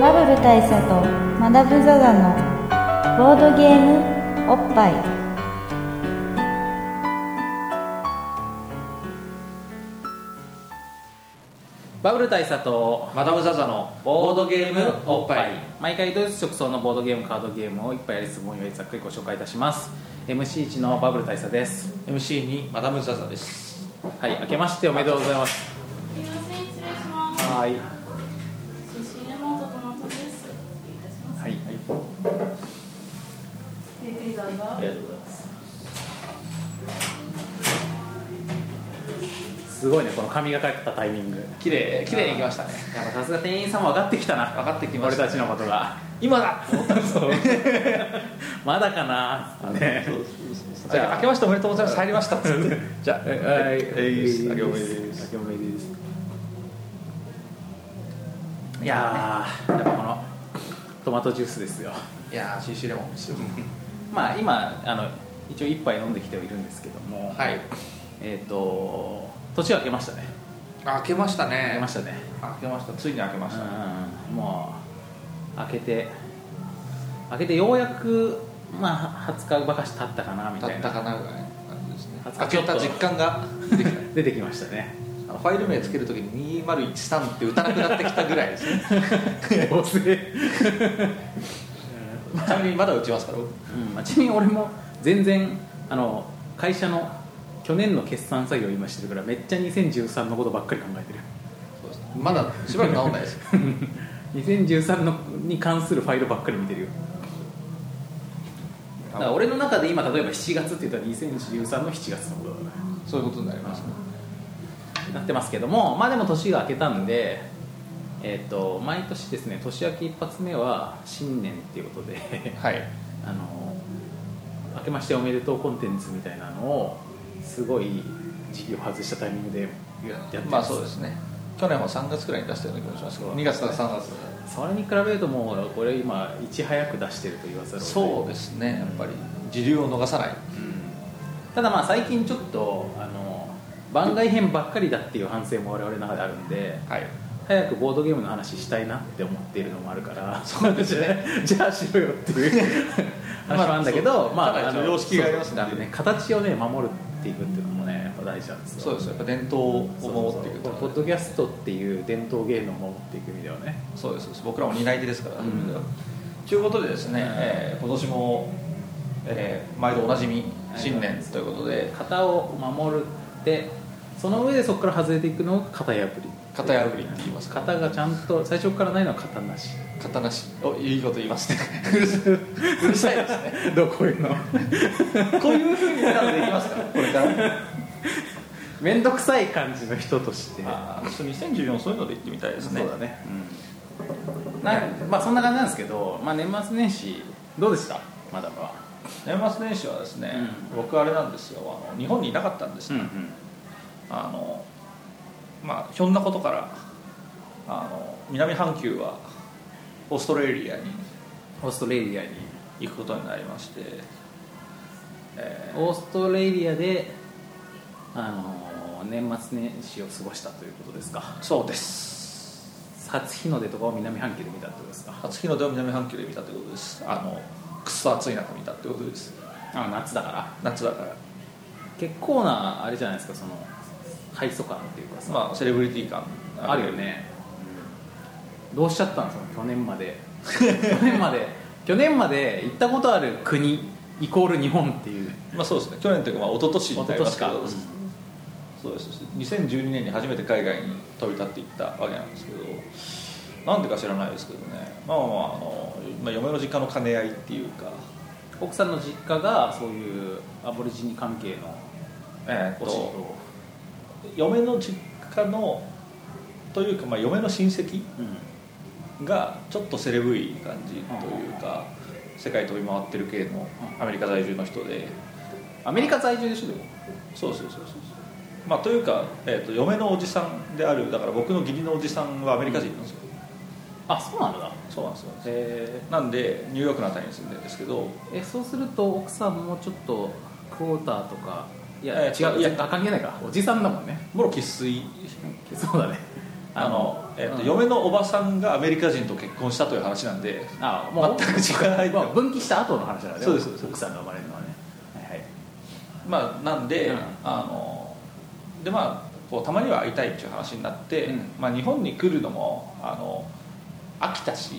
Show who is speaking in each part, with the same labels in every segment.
Speaker 1: バブル大佐とマダム・ザ・ザのボードゲームおっぱい
Speaker 2: バブル大佐と
Speaker 3: マダム・ザ・ザの
Speaker 2: ボードゲームおっぱい毎回ドイツ直送のボードゲームカードゲームをいっぱいやりつつもんよりざっくりご紹介いたします MC1 のバブル大佐です
Speaker 3: MC にマダム・ザ・ザです
Speaker 2: はい明けましておめでとうございます
Speaker 4: すみません失礼します。
Speaker 2: はい
Speaker 4: シシレモンとトマトです。失礼いたします。
Speaker 2: はい
Speaker 4: ゆっくりど
Speaker 2: り
Speaker 4: うぞ。
Speaker 2: がとうございますすごいねこの髪がかったタイミング
Speaker 3: 綺麗綺麗にいきましたね
Speaker 2: やっぱさすが店員さんも分かってきたな
Speaker 3: 分かってきました
Speaker 2: 俺たちのことが
Speaker 3: 今だ
Speaker 2: そう まだかなね
Speaker 3: じゃあ明けましておめでとうござ います入りましたっつってじゃあ
Speaker 2: はい、
Speaker 3: です
Speaker 2: あ
Speaker 3: あ
Speaker 2: け
Speaker 3: け
Speaker 2: お
Speaker 3: お
Speaker 2: め
Speaker 3: め
Speaker 2: で
Speaker 3: で
Speaker 2: と
Speaker 3: と
Speaker 2: うご
Speaker 3: うご
Speaker 2: ざいます。いやー、やっぱこのトマトジュースですよ。
Speaker 3: いやー CC レモンですよ
Speaker 2: まあ今あの一応一杯飲んできてはいるんですけども、
Speaker 3: はい
Speaker 2: えっ、と年は明けましたね。
Speaker 3: あ明けましたね
Speaker 2: 明けましたね。
Speaker 3: 明けましたついに明けました
Speaker 2: うん、もう明けて明けてようやくまあ20日ばかし経ったかなみた
Speaker 3: だ
Speaker 2: い
Speaker 3: っ
Speaker 2: な
Speaker 3: たかなぐらいの感じですね
Speaker 2: 20
Speaker 3: 明けた実感ができた
Speaker 2: 出てきましたね。
Speaker 3: あのファイル名つけるときに2013って打たなくなってきたぐらい ですね
Speaker 2: おせ
Speaker 3: ちなみにまだ打ちますから僕
Speaker 2: うんまあ、ちなみに俺も全然あの会社の去年の決算作業を今してるからめっちゃ2013のことばっかり考えてる
Speaker 3: そうですねまだしばらく治んないです
Speaker 2: 2013のに関するファイルばっかり見てるよだから俺の中で今例えば7月って言ったら2013の7月のことだな
Speaker 3: そういうことになりますね
Speaker 2: なってますけどもまあでも年が明けたんでえっ、と毎年ですね年明け一発目は新年っていうことで
Speaker 3: はい
Speaker 2: あの明けましておめでとうコンテンツみたいなのをすごい時期を外したタイミングでやってます、
Speaker 3: まあそうですね去年も3月くらいに出したような気もしますけど
Speaker 2: そう
Speaker 3: 2月から3月
Speaker 2: それに比べるともうこれ今いち早く出してると言わざるを得ない
Speaker 3: そうですねやっぱり時流を逃さない
Speaker 2: うんただまあ最近ちょっとあの番外編ばっかりだっていう反省も我々の中であるんで
Speaker 3: はい
Speaker 2: 早くボードゲームの話したいなって思っているのもあるから
Speaker 3: そうですね
Speaker 2: じゃあしろよっていう 話もあるんだけど、ま
Speaker 3: まあ
Speaker 2: あ、
Speaker 3: そうただ一応
Speaker 2: の
Speaker 3: 様式がありますんで
Speaker 2: そうだね形をね守っていくっていうのもねやっぱ大事なんですよ
Speaker 3: そうですやっぱ伝統を守っていく
Speaker 2: そうそうポッドキャストっていう伝統芸能を守っていく意味ではね
Speaker 3: そうですそうです僕らも担い手ですから、
Speaker 2: う
Speaker 3: うんということでですね、えー今年も、えー毎度おなじみ新年ということで
Speaker 2: 型を守るってその上でそこから外れていくのを型破り
Speaker 3: 型破りって言いますか
Speaker 2: 型がちゃんと最初からないのは型なし
Speaker 3: 型なしおいいこと言いますねうるさいうるさいですね
Speaker 2: どこいうの
Speaker 3: こういうふうになのできますからこれから
Speaker 2: 面倒くさい感じの人として
Speaker 3: あーちょっと2014そういうので行ってみたいですね
Speaker 2: そうだね、うんなまあそんな感じなんですけど、まあ、年末年始どうでしたマダムは
Speaker 3: 年末年始はですね、僕あれなんですよあの日本にいなかったんです、
Speaker 2: ん
Speaker 3: あのまあひょんなことからあの南半球はオーストラリアに
Speaker 2: オーストラリアに
Speaker 3: 行くことになりまして、えー
Speaker 2: オーストラリアであの年末年始を過ごしたということですか
Speaker 3: そうです
Speaker 2: 初日の出とかを南半球で見たってことですか
Speaker 3: 初日の出を南半球で見たということですあのくっそ暑い中見たってことです
Speaker 2: あ夏だから
Speaker 3: 夏だから
Speaker 2: 結構なあれじゃないですかその敗訴感っていうかさ、
Speaker 3: まあセレブリティ感
Speaker 2: あるよね、どうしちゃったんですか去年まで去年まで去年まで行ったことある国イコール日本っていう
Speaker 3: まあそうですね去年というかまあ一昨
Speaker 2: 一
Speaker 3: 年にな
Speaker 2: 昨
Speaker 3: りま
Speaker 2: 年
Speaker 3: すけ
Speaker 2: か、
Speaker 3: どそうです2012年に初めて海外に飛び立っていったわけなんですけどなんでか知らないですけどねまあまあまああの、まあ、嫁の実家の兼ね合いっていうか、
Speaker 2: 奥さんの実家がそういうアボリジニ関係の
Speaker 3: えーっ
Speaker 2: お仕事
Speaker 3: と
Speaker 2: を、
Speaker 3: 嫁の実家のというか、まあ、嫁の親戚
Speaker 2: うん
Speaker 3: がちょっとセレブい感じというか、世界飛び回ってる系のアメリカ在住の人で、
Speaker 2: アメリカ在住でしょでも
Speaker 3: そうそうそうそうそうまあというか、えー、と嫁のおじさんであるだから僕の義理のおじさんはアメリカ人なんですよ、
Speaker 2: あそうなんだ
Speaker 3: そうなんですよ
Speaker 2: え
Speaker 3: なんでニューヨークのあたりに住んでるんですけど
Speaker 2: ーえそうすると奥さんもちょっとクォーターとかいや、
Speaker 3: えー
Speaker 2: 違う
Speaker 3: いや
Speaker 2: あ関係ないかおじさんだもんね
Speaker 3: もろ生粋
Speaker 2: そうだね
Speaker 3: あの、えっと
Speaker 2: うん
Speaker 3: 嫁のおばさんがアメリカ人と結婚したという話なんで
Speaker 2: あもう
Speaker 3: 全く違う
Speaker 2: まあ、分岐した後の話だからね
Speaker 3: そうですそうです
Speaker 2: 奥さんが生まれるのはねはいはい
Speaker 3: まあなんで、
Speaker 2: うん
Speaker 3: あのでまあこうたまには会いたいっていう話になって、
Speaker 2: うん
Speaker 3: まあ、日本に来るのもあの飽きたし、
Speaker 2: う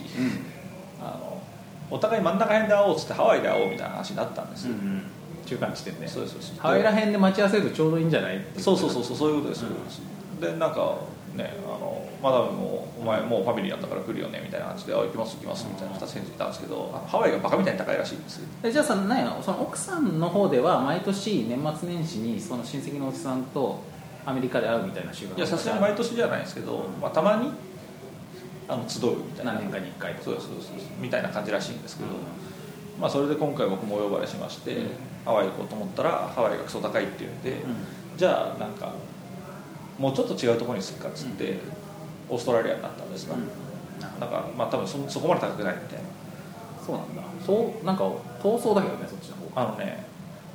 Speaker 3: あのお互い真ん中辺で会おうっつってハワイで会おうみたいな話になったんです
Speaker 2: ん、
Speaker 3: よ、
Speaker 2: 中間地点で
Speaker 3: そうですそうです
Speaker 2: ハワイら辺で待ち合わせるとちょうどいいんじゃない
Speaker 3: そうそうそううそうそういうことです、そういうことですでなんかねあのマダムも「お前もうファミリーなんだから来るよね」みたいな感じで「あ行きます行きます」みたいな2つ返事したんですけどあハワイがバカみたいに高いらしいんですよ
Speaker 2: えじゃあさなんやその奥さんの方では毎年年末年始にその親戚のおじさんとアメリカで会うみたいな習慣
Speaker 3: いやさすがに毎年じゃないですけど、まあ、たまにあの集うみたいな
Speaker 2: 何年かに1回と
Speaker 3: そう
Speaker 2: か
Speaker 3: ですそうですみたいな感じらしいんですけど、まあ、それで今回僕もお呼ばれしまして、
Speaker 2: うん
Speaker 3: ハワイ行こうと思ったらハワイがクソ高いっていうんで、じゃあなんかもうちょっと違うところにするかっつって、オーストラリアになったんですが、なんかまあ多分そそこまで高くないみたい
Speaker 2: そうなんだそうなんか闘争だけどねそっちの方が
Speaker 3: なあのね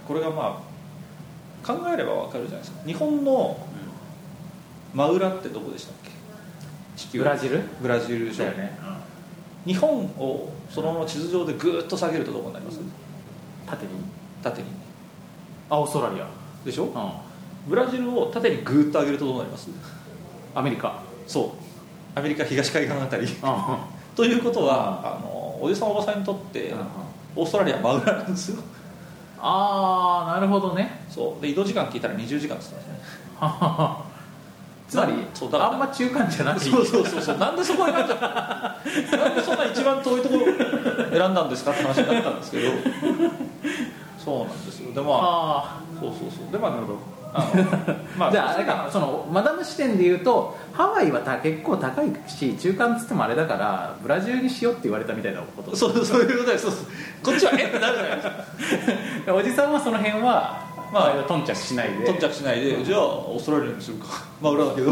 Speaker 3: これがまあ考えればわかるじゃないですか日本の真裏ってどこでしたっけ地球
Speaker 2: ブラジル
Speaker 3: ブラジル上
Speaker 2: だよね
Speaker 3: 日本をそのまま地図上でぐーっと下げるとどこになります
Speaker 2: 縦に
Speaker 3: 縦に
Speaker 2: あオーストラリア
Speaker 3: でしょ
Speaker 2: う
Speaker 3: ブラジルを縦にぐーっと上げるとどうなります
Speaker 2: んアメリカ
Speaker 3: そうアメリカ東海岸あた
Speaker 2: う
Speaker 3: り
Speaker 2: ん
Speaker 3: ということはあのおじさんおばさんにとってオーストラリア真裏なんですよ
Speaker 2: ああなるほどね
Speaker 3: そうで移動時間聞いたら20時間っつってましたね
Speaker 2: はははつまり
Speaker 3: そうだから
Speaker 2: あんま中間じゃない
Speaker 3: そうそうそうそうなんでそこ選んだなんでそんな一番遠いところ選んだんですかって話になったんです けどそうなんですよでま あ
Speaker 2: あ
Speaker 3: そうそうそうでまあなるほどあ のま
Speaker 2: あじゃああれかなそのマダム視点で言うとハワイはた結構高いし中間っつってもあれだからブラジルにしようって言われたみたいなこと
Speaker 3: そうそういうことですそうそうこっちはえってなるじゃないですか
Speaker 2: おじさんはその辺は
Speaker 3: まあ
Speaker 2: まあ頓着しないで
Speaker 3: 頓着しないでじゃあオーストラリアにするかまあ裏だけど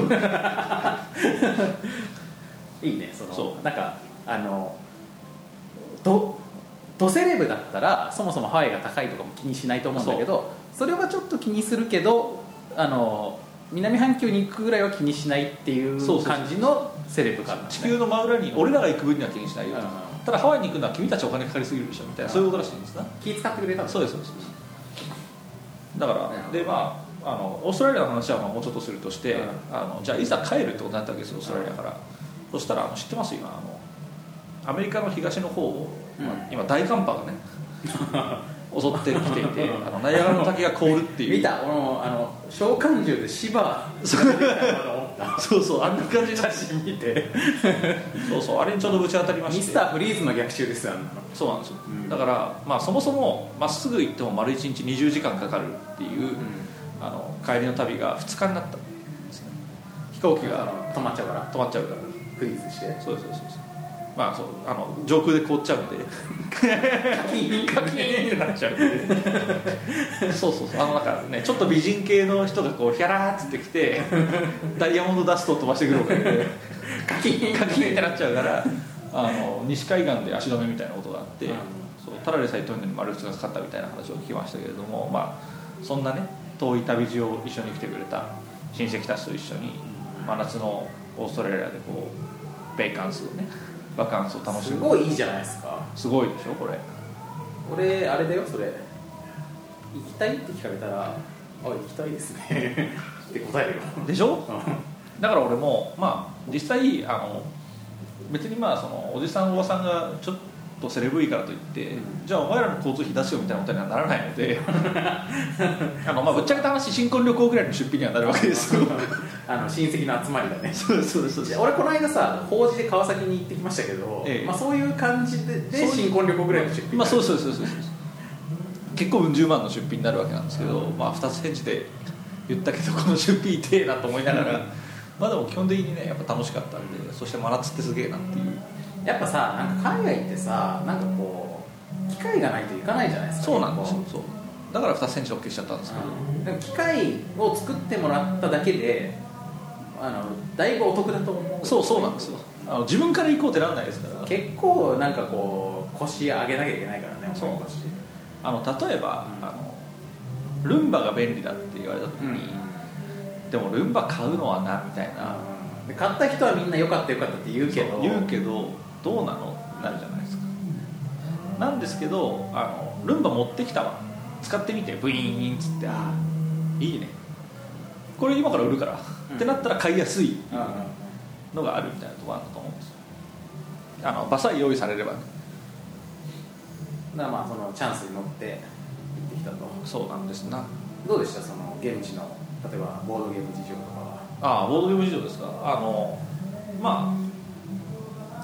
Speaker 2: いいねその
Speaker 3: そう
Speaker 2: なんかあのどドセレブだったらそもそもハワイが高いとかも気にしないと思うんだけどそれはちょっと気にするけどあの南半球に行くぐらいは気にしないってい
Speaker 3: そうそう
Speaker 2: う
Speaker 3: そう
Speaker 2: 感じのセレブ感なんだね
Speaker 3: 地球の真裏に俺らが行く分には気にしないよ
Speaker 2: うん
Speaker 3: ただハワイに行くのは君たちお金かかりすぎるでしょみたいなそういうことらしいんですな
Speaker 2: 気使ってくれたんだ
Speaker 3: そうですそうですだから
Speaker 2: うん
Speaker 3: でまああのオーストラリアの話はまあもうちょっとするとして、
Speaker 2: うん
Speaker 3: あのじゃあいざ帰るってことになったわけですよオーストラリアから、そしたらあの知ってます今あのアメリカの東の方を、まあ
Speaker 2: うん
Speaker 3: 今大寒波がね 襲ってきていてあのナイアガラの滝が凍るっていう
Speaker 2: 見た俺もあの召喚獣で芝が出てきたのかと思った
Speaker 3: そうそうあんな感じの
Speaker 2: 写真見て
Speaker 3: そうそうあれにちょうどぶち当たりまして
Speaker 2: ミスターフリーズの逆襲ですよあんなの
Speaker 3: そうなんですよ、
Speaker 2: うん
Speaker 3: だから、まあ、そもそもまっすぐ行っても丸1日20時間かかるっていう、あの帰りの旅が2日になったんですね飛行機
Speaker 2: あ
Speaker 3: が
Speaker 2: の止まっちゃうから
Speaker 3: 止まっちゃうから
Speaker 2: フリーズ して
Speaker 3: そうそうそうそうまあそうあの上空で凍っちゃうんで
Speaker 2: カキーンカキーン
Speaker 3: ってなっちゃうんで そうそうそうあのなんかねちょっと美人系の人がこうヒャラーっつって きてダイヤモンドダストを飛ばしてくるおかげで
Speaker 2: カキーン
Speaker 3: カキンってなっちゃうからあの西海岸で足止めみたいなことがあって、
Speaker 2: うん
Speaker 3: そうただでさえ飛んでるのに丸2日かかったみたいな話を聞きましたけれどもまあそんなね遠い旅路を一緒に来てくれた親戚たちと一緒に真夏のオーストラリアでこうベイカンスをねバカンスを楽し
Speaker 2: す
Speaker 3: む
Speaker 2: ごいいいじゃないですか
Speaker 3: すごいでしょこれ
Speaker 2: 俺あれだよそれ行きたいって聞かれたらあ行きたいですね って答えるよ
Speaker 3: でしょだから俺もまあ実際あの別にまあそのおじさんおばさんがちょっとセレブいからといって、
Speaker 2: うん
Speaker 3: じゃあお前らの交通費出すよみたいなことにはならないので あのまあぶっちゃけた話新婚旅行ぐらいの出費にはなるわけですよ
Speaker 2: あの親戚の集まりだね
Speaker 3: そうそうそう
Speaker 2: で俺この間さ法事で川崎に行ってきましたけど、
Speaker 3: ええ
Speaker 2: まあ、そういう感じでで
Speaker 3: そういう
Speaker 2: 新婚旅行ぐらいの出費
Speaker 3: まあそうそうそうそうそう結構10万の出費になるわけなんですけど、まあ、2つ返事で言ったけどこの出費痛えなと思いながらまあでも基本的にねやっぱ楽しかったんでそして真夏ってすげえなっていう
Speaker 2: やっぱさなんか海外ってさなんかこう機会がないといかないじゃないですか
Speaker 3: そうなんです
Speaker 2: こ
Speaker 3: よそうだから2センチ OK しちゃったんですけど、
Speaker 2: うんでも機械を作ってもらっただけであのだいぶお得だと思う
Speaker 3: そうそうなんですよあの自分から行こうってなんないですから
Speaker 2: 結構なんかこう腰上げなきゃいけないからね
Speaker 3: そう
Speaker 2: 思いますし
Speaker 3: あの例えば、
Speaker 2: うん
Speaker 3: あのルンバが便利だって言われた時に、でもルンバ買うのはなみたいな、
Speaker 2: で買った人はみんな良かった良かったって言うけど
Speaker 3: 言うけどどうなのってなるじゃないですかなんですけどあのルンバ持ってきたわ使ってみてブイーンっつってあーいいねこれ今から売るから、
Speaker 2: うん
Speaker 3: ってなったら買いやすい
Speaker 2: うん
Speaker 3: のがあるみたいなところなんだと思うんですよあの場さえ用意されればね
Speaker 2: だからまあそのチャンスに乗って行ってきたと
Speaker 3: そうなんですな
Speaker 2: どうでしたその現地の例えばボードゲーム事情とかは
Speaker 3: ああボードゲーム事情ですかあのま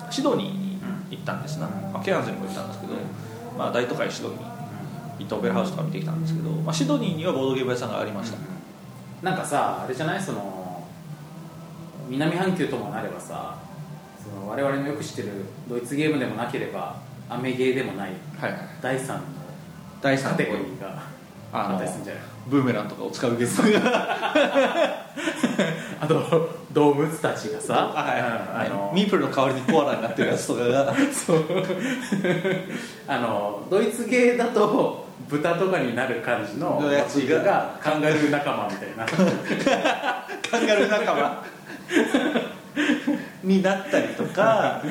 Speaker 3: あシドニーに行ったんですな、まあ、ケアンズにも行ったんですけど、まあ、大都会シドニー行ってオペラハウスとか見てきたんですけど、まあ、シドニーにはボードゲーム屋さんがありました、
Speaker 2: なんかさあれじゃないその南半球ともなればさその我々のよく知ってるドイツゲームでもなければアメゲーでもない
Speaker 3: はいはい
Speaker 2: 第3の
Speaker 3: 第
Speaker 2: カ
Speaker 3: 3
Speaker 2: テゴリーが
Speaker 3: あ
Speaker 2: あ
Speaker 3: の
Speaker 2: ったりするんじゃない
Speaker 3: ブーメランとかを使うゲームが
Speaker 2: あと動物たちがさ、
Speaker 3: はい
Speaker 2: うんあの
Speaker 3: ミープルの代わりにコアラになってるやつとか が
Speaker 2: そうあのドイツ系だと豚とかになる感じの
Speaker 3: のやつが
Speaker 2: がカンガルー仲間みたいな
Speaker 3: カンガルー仲間 になったりとか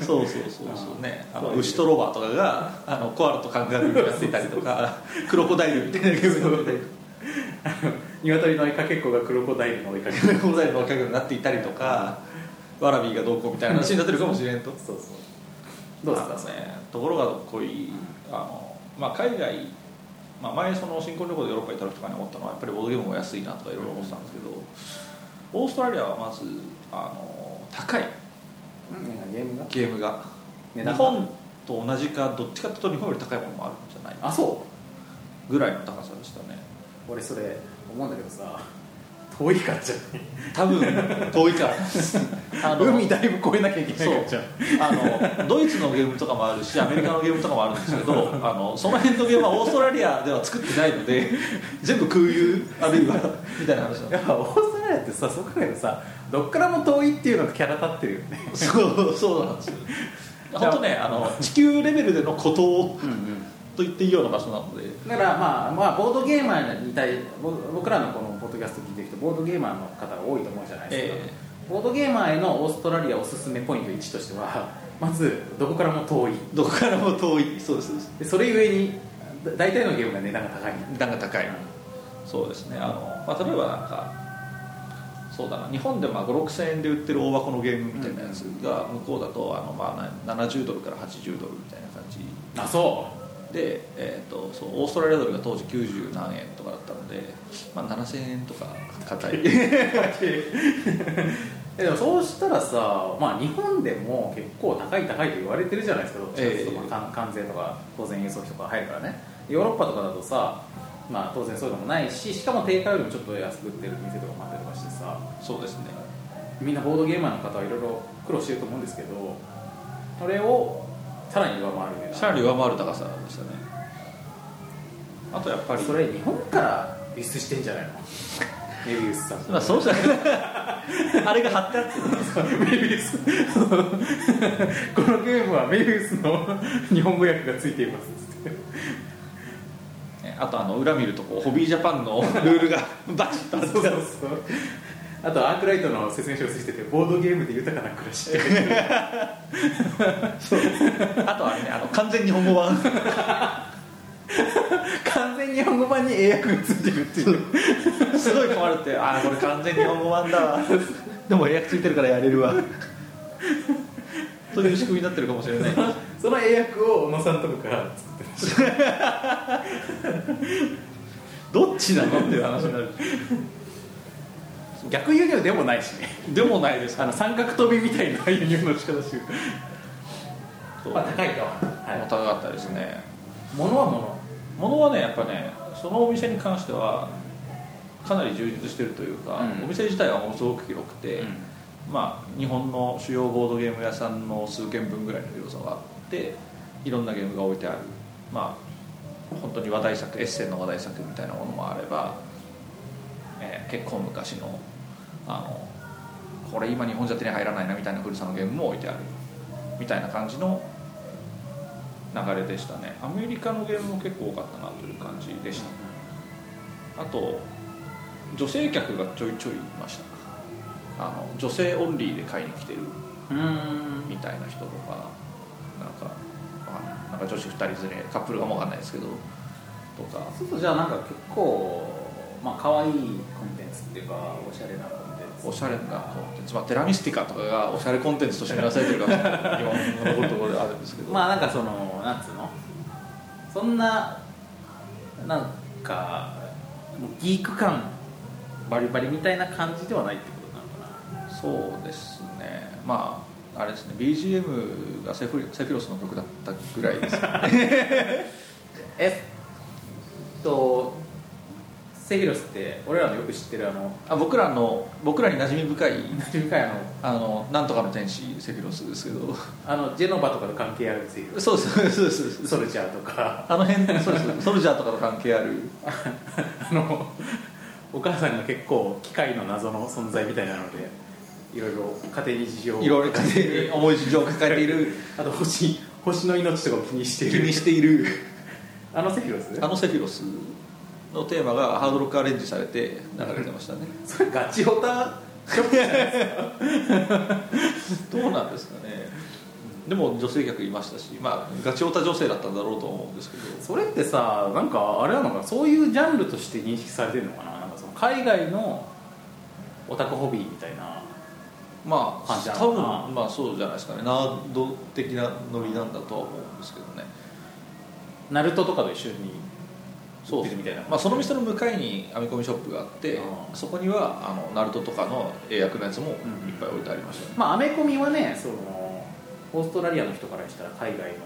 Speaker 3: そうそうそうそうねあの
Speaker 2: そう
Speaker 3: 牛とロバとかがあのコアラとカンガルーになってたりとかクロコダイルみたいなゲームで
Speaker 2: 鶏の追いかけっこがクロコダイルの追いかけっこ
Speaker 3: クロコダイルのお客になっていたりとかワラビーがどうこうみたいな話になってるかもしれんと
Speaker 2: そうそうどうですか
Speaker 3: あのねところがどっこいあの、まあ、海外、まあ、前その新婚旅行でヨーロッパ行った時とかに思ったのはやっぱりボードゲームも安いなとかいろいろ思ってたんですけど、オーストラリアはまずあの高い
Speaker 2: うんゲームが
Speaker 3: ゲームが日
Speaker 2: 値段が
Speaker 3: 本と同じかどっちかというと日本より高いものもあるんじゃない
Speaker 2: あ
Speaker 3: か
Speaker 2: そ
Speaker 3: ぐらいの高さでしたね
Speaker 2: う俺それ思うんだけどさ遠いからじゃ
Speaker 3: 多分遠いからあ
Speaker 2: な
Speaker 3: の
Speaker 2: い海だいぶ越えなきゃいけないからじゃん
Speaker 3: あのドイツのゲームとかもあるしアメリカのゲームとかもあるんですけどあのその辺のゲームはオーストラリアでは作ってないので全部空輸あるいはみたいな話なんで
Speaker 2: やっぱオーストラリアってさそう考えるとさどっからも遠いっていうのがキャラ立ってるよね
Speaker 3: すそうそうなんですよ本当ねあの地球レベルでの孤島
Speaker 2: うんうん
Speaker 3: と言っていいような場所なので
Speaker 2: だからまあ、まあ、ボードゲーマーに対ぼ僕らのこのポッドキャスト聞いてる人ボードゲーマーの方が多いと思うじゃないですか、
Speaker 3: え
Speaker 2: ボードゲーマーへのオーストラリアおすすめポイント1としてはまずどこからも遠い
Speaker 3: どこからも遠いそうですそうです
Speaker 2: でそれゆえにだ大体のゲームが値段が高い
Speaker 3: 値段が高いそうですねあの、まあ、例えばなんかそうだな日本でまあ56000円で売ってる大箱のゲームみたいなやつが向こうだとあのまあな70ドルから80ドルみたいな感じ
Speaker 2: あそ
Speaker 3: で、えー、とそうオーストラリアドルが当時90何円とかだったので、まあ、7000円とか硬い
Speaker 2: うでもそうしたらさ、まあ、日本でも結構高い高いと言われてるじゃないですかどっちかというと、
Speaker 3: ええ
Speaker 2: まあ関関税とか当然輸送費とか入るからねヨーロッパとかだとさ、まあ、当然そういうのもないししかも定価よりもちょっと安く売ってる店とかもあったりとかしてさ
Speaker 3: そうですね
Speaker 2: みんなボードゲーマーの方はいろいろ苦労してると思うんですけどそれをさらに上回る値段
Speaker 3: さらに上回る高さでしたねあとやっぱり
Speaker 2: それ日本から輸出してんじゃないの メビウスさん
Speaker 3: まあそうじゃない あれが貼ってあって
Speaker 2: メビウスこのゲームはメビウスの日本語訳がついていますっつって
Speaker 3: ねあとあの裏見るとこうホビージャパンのルールがバチッとあって
Speaker 2: あとアークライトの説明書がついててボードゲームで豊かな暮らしって
Speaker 3: あとはねあの完全日本語版
Speaker 2: 完全日本語版に英訳がついてるっていう
Speaker 3: すごい困るってああこれ完全日本語版だわでも英訳ついてるからやれるわという仕組みになってるかもしれない
Speaker 2: その英訳を小野さんとかから作って
Speaker 3: どっちなのっていう話になる
Speaker 2: 逆輸入でもないしね
Speaker 3: でもないです
Speaker 2: あの三角飛びみたいな輸入の仕方してる
Speaker 3: そう
Speaker 2: まあ高いと
Speaker 3: 重たかったですね
Speaker 2: 物は物
Speaker 3: 物はねやっぱねそのお店に関してはかなり充実してるというか、
Speaker 2: うん
Speaker 3: お店自体はものすごく広くて、まあ、日本の主要ボードゲーム屋さんの数軒分ぐらいの広さがあっていろんなゲームが置いてあるまあ本当に話題作エッセンの話題作みたいなものもあれば、えー結構昔のあのこれ今日本じゃ手に入らないなみたいな古さのゲームも置いてあるみたいな感じの流れでしたねアメリカのゲームも結構多かったなという感じでしたあと女性客がちょいちょいいましたあの女性オンリーで買いに来てる
Speaker 2: うーん
Speaker 3: みたいな人とかなんか,、まあ、なんか女子2人連れカップルかもわかんないですけどとか
Speaker 2: そうするとじゃあなんか結構まあ可愛いコンテンツっていうかおしゃれなコンテンツ
Speaker 3: おしゃれなコンテンツ、まあ、テラミスティカとかがおしゃれコンテンツとして出されてるから今残るところであるんですけど、
Speaker 2: まあなんかそのなんつうのそんななんかもうギーク感バリバリみたいな感じではないってことなのかな
Speaker 3: そうですねまああれですね BGM がセフセフィロスの曲だったぐら いです
Speaker 2: えっとセフィロスって俺らのよく知ってるあの
Speaker 3: あ僕らの僕らに馴染み深い
Speaker 2: 何回あの
Speaker 3: あのなんとかの天使セフィロスですけど
Speaker 2: あのジェノバとかと関係あるっていう
Speaker 3: そうですそうですそうです
Speaker 2: ソルジャーとか
Speaker 3: あの辺そうですソルジャーとかと関係ある
Speaker 2: あのお母さんが結構機械の謎の存在みたいなのでいろいろ家庭に事情を
Speaker 3: いろいろ家庭に重い事情を抱えている
Speaker 2: あと星星の命とかも気にして
Speaker 3: 気
Speaker 2: い
Speaker 3: に
Speaker 2: る
Speaker 3: している
Speaker 2: あのセフィロス
Speaker 3: あのセフィロスのテーマがハードロックアレンジされて流れてましたね
Speaker 2: それガチオタショップじゃないですか
Speaker 3: どうなんですかねでも女性客いましたしまあガチオタ女性だったんだろうと思うんですけど
Speaker 2: それってさなんかあれなのかなそういうジャンルとして認識されてるのかななんかその海外のオタクホビーみたいな
Speaker 3: まあ
Speaker 2: 感じなのか
Speaker 3: 多
Speaker 2: な
Speaker 3: 分まあそうじゃないですかねナード的なノリなんだとは思うんですけどね
Speaker 2: ナルトとかと一緒に売ってるみたいな
Speaker 3: まあ、その店の向かいに編み込みショップがあって
Speaker 2: うん
Speaker 3: そこにはあのナルトとかの英訳のやつもいっ
Speaker 2: ん
Speaker 3: ぱい置いてありましたね、
Speaker 2: まあアメコミはねそのオーストラリアの人からしたら海外の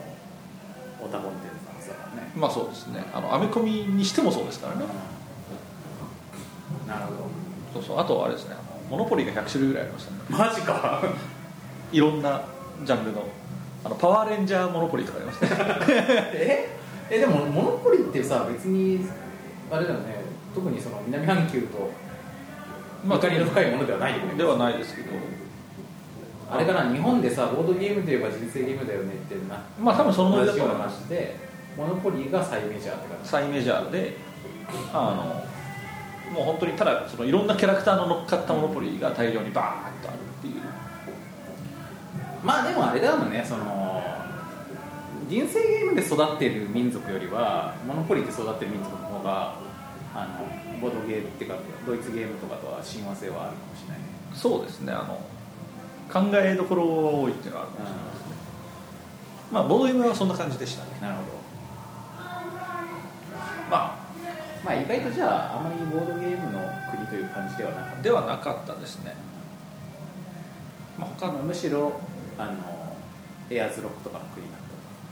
Speaker 2: オタコンテンツなんですからね、
Speaker 3: まあそうですねあの編み込みにしてもそうですからね
Speaker 2: なるほど
Speaker 3: そうそうあとあれですねあのモノポリーが100種類ぐらいありましたね
Speaker 2: マジか
Speaker 3: いろんなジャンルのあのパワーレンジャーモノポリーとかありましたね
Speaker 2: ええでもモノポリってさ別にあれだよね特にその南半球と
Speaker 3: まあ
Speaker 2: ゆかりの深いものではないよね
Speaker 3: ではないですけど
Speaker 2: あれかな日本でさボードゲームといえば人生ゲームだよねってな
Speaker 3: まあ多分そのノリ
Speaker 2: 同
Speaker 3: だ
Speaker 2: じ
Speaker 3: と
Speaker 2: よう
Speaker 3: 思
Speaker 2: ない
Speaker 3: ま
Speaker 2: 話
Speaker 3: す
Speaker 2: でモノポリが最メジャーって感じ
Speaker 3: サイメジャーであのもう本当にただそのいろんなキャラクターの乗っかったモノポリーが大量にバーッとあるっていう
Speaker 2: まあでもあれだもんねその人生ゲームで育ってる民族よりはモノポリで育ってる民族の方があのボードゲームっていうかドイツゲームとかとは親和性はあるかもしれないね
Speaker 3: そうですねあの考えどころが多いっていうのはあるかもしれないですね、まあボードゲームはそんな感じでしたね
Speaker 2: なるほど
Speaker 3: ま
Speaker 2: まあ意外とじゃああまりボードゲームの国という感じではなかっ
Speaker 3: あではなかったですね
Speaker 2: た、まあ、他のむしろあのエアーズロックとかの国だっ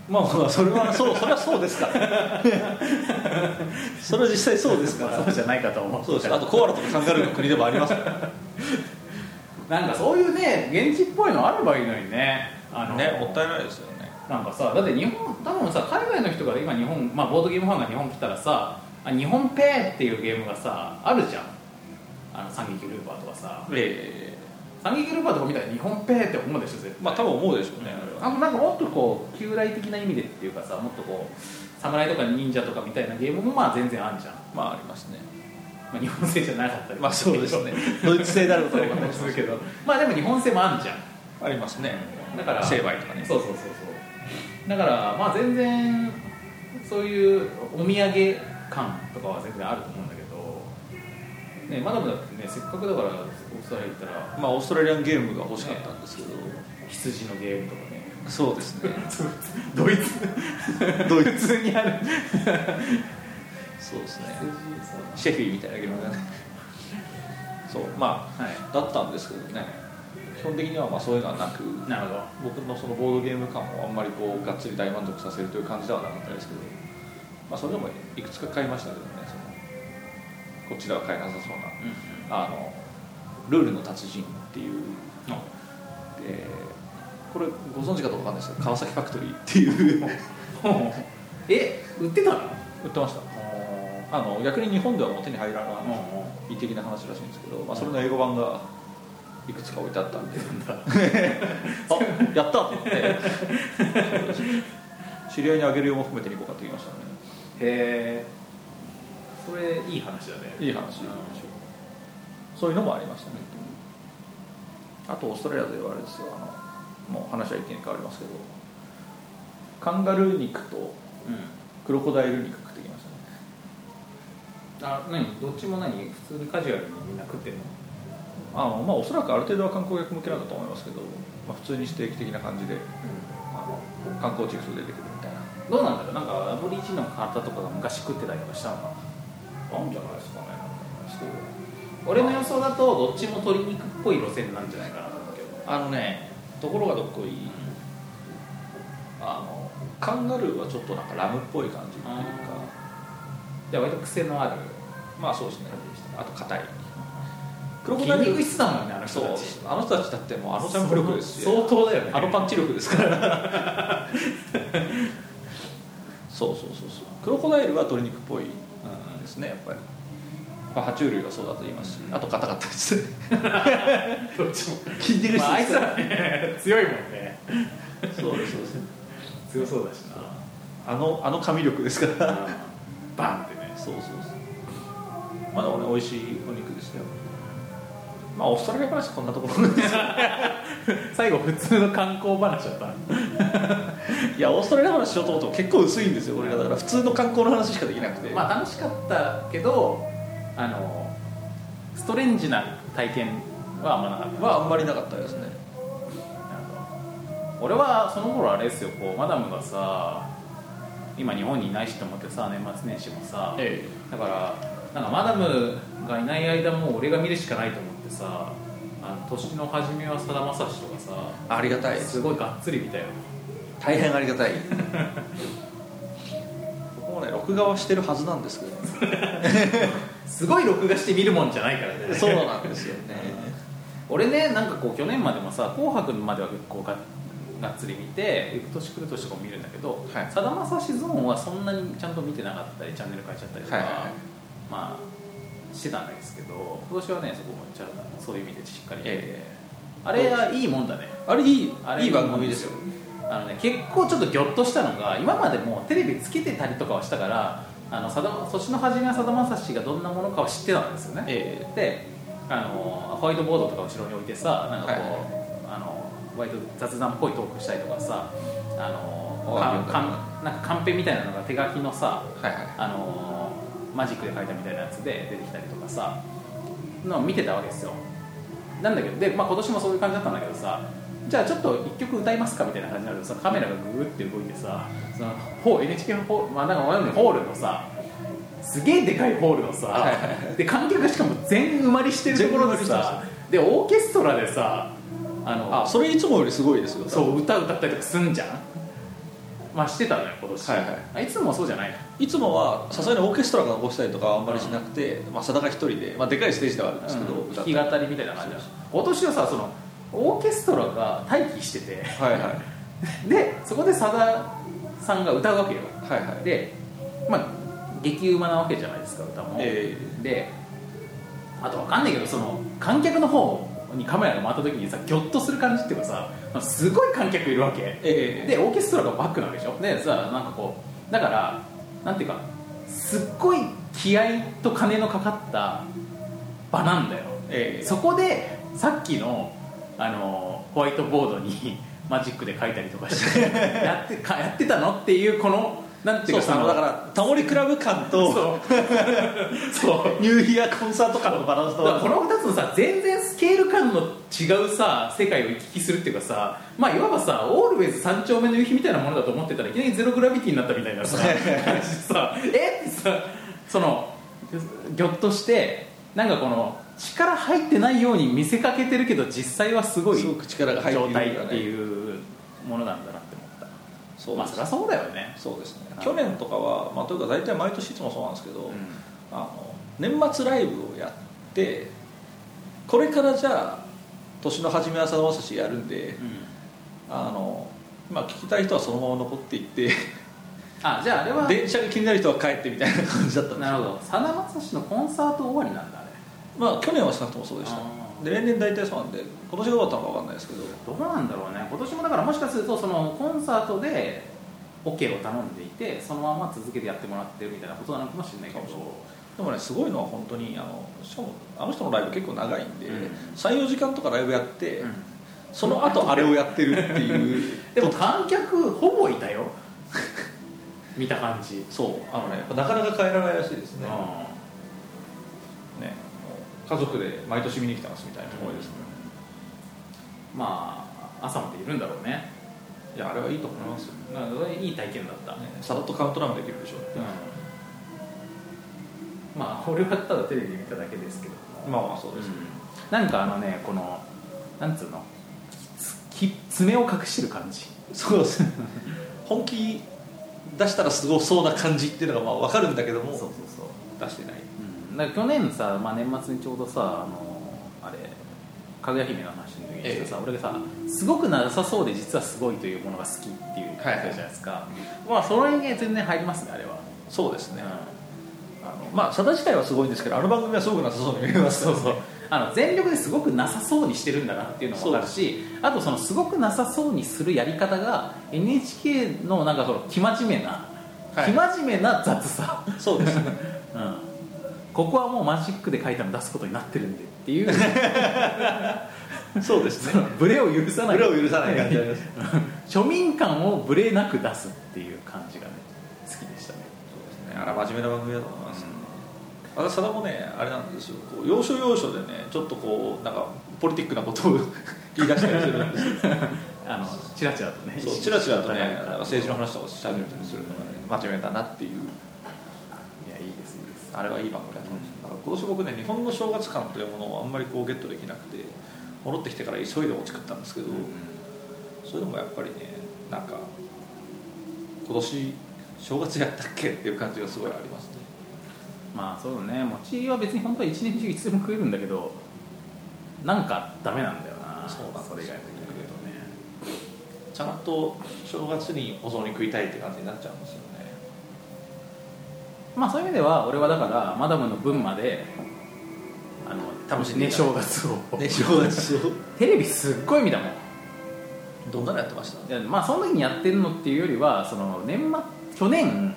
Speaker 3: まあまあそれは そうそれはそうですからそれは実際そうですか
Speaker 2: た
Speaker 3: ら
Speaker 2: そうじゃないかと思う
Speaker 3: そうですあとコアラとかカンガルーの国でもありますから
Speaker 2: なんかそういうね現地っぽいのあればいいのにねあの
Speaker 3: ねもったいないですよね
Speaker 2: なんかさだって日本多分さ海外の人が今日本、まあ、ボードゲームファンが日本来たらさあ日本ペーっていうゲームがさあるじゃんあの三撃ルーパーとかさ
Speaker 3: え
Speaker 2: 三撃ルーパーとか見たら日本ペーって思うでしょ絶対
Speaker 3: えまあ多分思うでしょうねあれは
Speaker 2: あのなんかもっとこう旧来的な意味でっていうかさもっとこう侍とか忍者とかみたいなゲームもまあ全然あるじゃん、
Speaker 3: まあありますね
Speaker 2: まあ、日本製じゃなかったり
Speaker 3: まあそうですね ドイツ製であること
Speaker 2: そう
Speaker 3: は
Speaker 2: い
Speaker 3: 分
Speaker 2: うことも
Speaker 3: かんないですす
Speaker 2: るけどまあでも日本製もあるじゃん
Speaker 3: ありますね
Speaker 2: だから
Speaker 3: 成敗とかね
Speaker 2: そうそうそうそうだからまあ全然そういうお土産感とかは全然あると思うんだけどねマダムだってねせっかくだからオーストラリア行ったら
Speaker 3: まあオーストラリアンゲームが欲しかったんですけど、
Speaker 2: 羊のゲームとかね
Speaker 3: そうですね
Speaker 2: ドイツ
Speaker 3: ドイ
Speaker 2: 普通にある
Speaker 3: そうですねシェフィーみたいなゲームがねそうま
Speaker 2: はい
Speaker 3: あだったんですけどね基本的にはまあそういうのはなく
Speaker 2: なるほど
Speaker 3: 僕のそのボードゲーム感をあんまりこうがっつり大満足させるという感じではなかったですけど、まあ、それでもいくつか買いましたけどねそのこっちでは買えなさそうなあの「ルールの達人」っていう、えーこれご存知かどうかわかんないですけど川崎ファクトリーっていう
Speaker 2: え売ってたの
Speaker 3: 売ってましたあの逆に日本ではもう手に入らない美的な話らしいんですけど、まあ、それの英語版がいくつか置いてあったんで あやったと思って そうです知り合いにあげる用も含めて2個買ってきましたね
Speaker 2: へえそれいい話だね
Speaker 3: いい話そういうのもありましたねあとオーストラリアではあれですよあのもう話は一気に変わりますけどカンガルー肉と
Speaker 2: うん
Speaker 3: クロコダイル肉食ってきましたね
Speaker 2: あ何どっちも何普通にカジュアルにみんな食ってるの
Speaker 3: あのまあおそらくある程度は観光客向けなんだと思いますけど、まあ、普通にステーキ的な感じであの観光地区出てくるみたいな
Speaker 2: どうなんだろうなんかアボリジンの方とかが昔食ってたりとかしたのかな
Speaker 3: あるんじゃないですかねそう
Speaker 2: 俺の予想だとどっちも鶏肉っぽい路線なんじゃないかなと思うけど
Speaker 3: あのねところがどっこいいあのカンガルーはちょっとなんかラムっぽい感じっていうか
Speaker 2: じゃあ割と癖のある
Speaker 3: まあそうですねあと硬い
Speaker 2: 黒子大肉質だもんねあの
Speaker 3: そ
Speaker 2: 人
Speaker 3: う
Speaker 2: たち
Speaker 3: あの人たちだってもうあの戦力ですし
Speaker 2: 相当だよね
Speaker 3: あのパンチ力ですからそうそうそうそうクロコダイルは鶏肉っぽいですねやっぱり、まあ、爬虫類がそうだと言いますしあと硬かったですね
Speaker 2: どっちも
Speaker 3: 筋肉
Speaker 2: まああいつらね強いもんね
Speaker 3: そうですそうです
Speaker 2: 強そうだし
Speaker 3: あのあの噛み力ですか
Speaker 2: な
Speaker 3: ら
Speaker 2: バンってね
Speaker 3: そうそうそうまだ俺美味しいお肉でしたよまあオーストラリア話こんなところ
Speaker 2: 最後普通の観光話だった
Speaker 3: いやオーストラリア話しようと思っても結構薄いんですよ俺らだから普通の観光の話しかできなくて、
Speaker 2: まあ楽しかったけどあのストレンジな体験はあんまなかった
Speaker 3: はあんまりなかったですね
Speaker 2: 俺はその頃あれですよこうマダムがさ今日本にいないしと思ってさ年末年始もさ、
Speaker 3: え
Speaker 2: だからなんかマダムがいない間もう俺が見るしかないと思ってさあの年の初めはさだまさしとかさ
Speaker 3: ありがたいです
Speaker 2: すごいがっつり見たよ
Speaker 3: 大変ありがたい僕もね録画はしてるはずなんですけど、
Speaker 2: すごい録画して見るもんじゃないからね
Speaker 3: そうなんですよね
Speaker 2: 俺ねなんかこう去年までもさ「紅白」までは結構ががっつり見て翌年来る年とかも見るんだけど
Speaker 3: はい
Speaker 2: さだまさしゾーンはそんなにちゃんと見てなかったりチャンネル変えちゃったりとか、
Speaker 3: はいはいはい
Speaker 2: まあしてたんですけど今年はねそこもちゃんとそういう意味でしっかり、
Speaker 3: え
Speaker 2: あれはいいもんだね
Speaker 3: あれいい
Speaker 2: あれ
Speaker 3: いい番組ですよ
Speaker 2: あのね結構ちょっとギョッとしたのが今までもうテレビつけてたりとかはしたからあのさだ年の初めはさだまさしがどんなものかは知ってたんですよね、
Speaker 3: え
Speaker 2: であのホワイトボードとか後ろに置いてさなんかこう、
Speaker 3: はいはい
Speaker 2: あの割と雑談っぽいトークしたりとかさあの
Speaker 3: あ
Speaker 2: かんかんなんかカンペみたいなのが手書きのさ
Speaker 3: はいはい
Speaker 2: あのマジックで書いたみたいなやつで出てきたりとかさのを見てたわけですよなんだけどで、まあ、今年もそういう感じだったんだけどさじゃあちょっと1曲歌いますかみたいな感じになるとさカメラがグーって動いてさそのホー NHK ホール,、まあ、なんかわかんないホールのさすげえでかいホールのさで観客しかも全埋まりしてるところでさでオーケストラでさあの
Speaker 3: あそれいつもよりすごいですよ
Speaker 2: そう歌歌ったりとかすんじゃんまあしてたのよ今年、
Speaker 3: はいはい
Speaker 2: あいつもそうじゃないの
Speaker 3: いつもはさすがにオーケストラが起こしたりとかはあんまりしなくて、まあ、さだが一人で、まあ、でかいステージではあるんですけど、
Speaker 2: うん
Speaker 3: 歌
Speaker 2: 弾
Speaker 3: って
Speaker 2: き語りみたいな感じだ今年はさそのオーケストラが待機して て
Speaker 3: はいはい
Speaker 2: でそこでさださんが歌うわけよ
Speaker 3: はいはい
Speaker 2: でまあ激うまなわけじゃないですか歌も、
Speaker 3: え
Speaker 2: であとわかんないけどその観客の方にカメラが回った時にさギョッとする感じっていうかさすごい観客いるわけ、
Speaker 3: ええ
Speaker 2: でオーケストラがバックなわけでしょでさなんかこうだからなんていうかすっごい気合と金のかかった場なんだよ
Speaker 3: ええ
Speaker 2: そこでさっきのあのホワイトボードに マジックで書いたりとか してやってかやってたのっていうこのなんてい
Speaker 3: そうう
Speaker 2: か
Speaker 3: そ
Speaker 2: その
Speaker 3: のだからタモリクラブ感と
Speaker 2: そう そう
Speaker 3: ニューイヤーコンサート感のバランス
Speaker 2: だからことの2つのさ全然スケール感の違うさ世界を行き来するっていうかさまあいわばさオールウェイズ三丁目の夕日みたいなものだと思ってたらいきなりゼログラビティになったみたいなさ感じでさえってさそのぎょっとしてなんかこの力入ってないように見せかけてるけど実際はすごい
Speaker 3: すごく力が入ってい
Speaker 2: 状
Speaker 3: るようなね
Speaker 2: 態っていうものなんだなって思った
Speaker 3: そう
Speaker 2: まあ
Speaker 3: です
Speaker 2: そりゃそうだよね
Speaker 3: そうですね
Speaker 2: はい
Speaker 3: 去年とかは、まあ、というか大体毎年いつもそうなんですけど、
Speaker 2: うん
Speaker 3: あの年末ライブをやってこれからじゃあ年の初めはさだまさしやるんで、あのまあ聞きたい人はそのまま残っていって
Speaker 2: あじゃああれは
Speaker 3: 電車が気になる人は帰ってみたいな感じだったんです
Speaker 2: なるほどさだまさしのコンサート終わりなんだあれ
Speaker 3: まあ去年は少なくともそうでした
Speaker 2: あ
Speaker 3: で例年大体そうなんで今年がどうだったのか分かんないですけど
Speaker 2: どうなんだろうね今年もだからもしかするとそのコンサートで OK を頼んでいてそのまま続けてやってもらってるみたいなことなのかもしれないけど
Speaker 3: そうそうでもねすごいのは本当にあのしかもあの人のライブ結構長いんで、
Speaker 2: うん
Speaker 3: 34時間とかライブやって、
Speaker 2: うん
Speaker 3: その後あれをやってるっていう
Speaker 2: でも観客ほぼいたよ 見た感じ、
Speaker 3: そうあのねやっぱなかなか帰らないらしいですね,、
Speaker 2: あ
Speaker 3: ねもう家族で毎年見に来てますみたいな思いですね、
Speaker 2: ーまあ朝までいるんだろうね
Speaker 3: いやあれはいいと思いますよ、ね
Speaker 2: なんかいい体験だった、
Speaker 3: さらっとカウントダウンできるでしょ、
Speaker 2: うんまあ俺はただテレビ見ただけですけども
Speaker 3: まあまあそうです、
Speaker 2: なんかあのねこのなんつうのきき爪を隠してる感じ
Speaker 3: そうですね本気出したらすごそうな感じっていうのがまあ分かるんだけども
Speaker 2: そうそう、
Speaker 3: 出してない
Speaker 2: うん、だから去年さ、まあ、年末にちょうどさあのあれかぐや姫の話の時にしてさ、俺がさすごくなさそうで実はすごいというものが好きっていう
Speaker 3: はいは
Speaker 2: じ
Speaker 3: い
Speaker 2: ゃないですか、まあそれにね全然入りますねあれは、
Speaker 3: そうですね、
Speaker 2: うん
Speaker 3: あのまあ佐田自体はすごいんですけどあの番組はすごくなさそうに見えますそうそう
Speaker 2: あの全力ですごくなさそうにしてるんだなっていうのも分かるしあとそのすごくなさそうにするやり方が NHK のなんかその生真面目な、
Speaker 3: は
Speaker 2: 生
Speaker 3: い
Speaker 2: 真面目な雑さ、
Speaker 3: そうですね
Speaker 2: うん、ここはもうマジックで書いたの出すことになってるんでっていう
Speaker 3: そうです
Speaker 2: その ブレを許さない
Speaker 3: ブレを許さない感じあります
Speaker 2: 庶民感をブレなく出すっていう感じがね好きでしたね
Speaker 3: あら真面目な番組だと思います、私佐田もねあれなんですよこう要所要所でねちょっとこうなんかポリティックなことを 言い出したりするんですよ
Speaker 2: あのチラチラとね
Speaker 3: そうちらちらと
Speaker 2: お
Speaker 3: ね
Speaker 2: 互い
Speaker 3: なん
Speaker 2: が
Speaker 3: か政治の話とかしゃべったりするのがね真面目だなっていう
Speaker 2: いやいいですいいです
Speaker 3: あれはいい番組だと思いますだから今年僕ね日本の正月感というものをあんまりこうゲットできなくて戻ってきてから急いで落ち食ったんですけど、それでもやっぱりねなんか今年正月やったっけっていう感じがすごいありますね
Speaker 2: まあそうだね餅は別に本当は一年中いつでも食えるんだけどなんかダメなんだよな
Speaker 3: そうなんです
Speaker 2: れ以外の時に食うとね
Speaker 3: ちゃんと正月にお雑煮食いたいって感じになっちゃうんですよね
Speaker 2: まあそういう意味では俺はだからマダムの分まであの
Speaker 3: 楽しん
Speaker 2: ね
Speaker 3: でいただ
Speaker 2: 正月を、
Speaker 3: ね正月を
Speaker 2: テレビすっごい見たもん
Speaker 3: どんなのやってました
Speaker 2: いやまあその時にやってるのっていうよりはその年末去年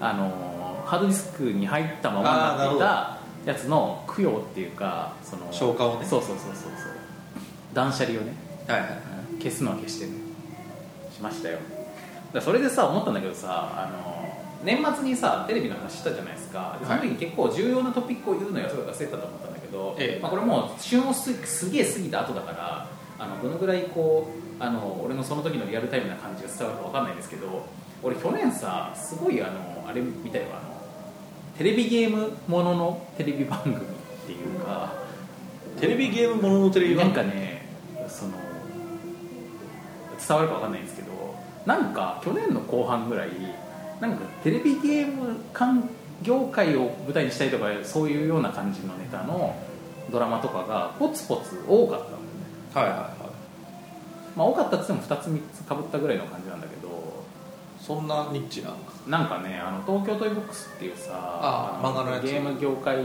Speaker 2: あのハードディスクに入ったままになっていたやつの供養っていうかその
Speaker 3: 消化をね
Speaker 2: そうそうそうそうそう断捨離をね
Speaker 3: はいはいはい
Speaker 2: 消すのは消してねしましたよだからそれでさ思ったんだけどさあの年末にさテレビの話したじゃないですかでその時に結構重要なトピックを言うのよそれ忘れてたと思ったんだけど、
Speaker 3: ええ
Speaker 2: まあ、これもう旬をすすげえ過ぎた後だからあのどのぐらいこうあの俺のその時のリアルタイムな感じが伝わるか分かんないですけど俺去年さすごいあのあれ見たよあのテレビゲームもののテレビ番組っていうか、
Speaker 3: テレビゲームもののテレビ
Speaker 2: な
Speaker 3: 番
Speaker 2: ん
Speaker 3: 組
Speaker 2: かねその伝わるかわかんないんですけどなんか去年の後半ぐらいなんかテレビゲーム関業界を舞台にしたいとかそういうような感じのネタのドラマとかがポツポツ多かったのね、
Speaker 3: はいはいはい
Speaker 2: まあ、多かったっつっても2つ3つかぶったぐらいの感じなんだけど
Speaker 3: そんなニッチな
Speaker 2: なんかねあの東京トイボックスっていうさ
Speaker 3: あ
Speaker 2: の
Speaker 3: 漫画のやつ
Speaker 2: ゲーム業界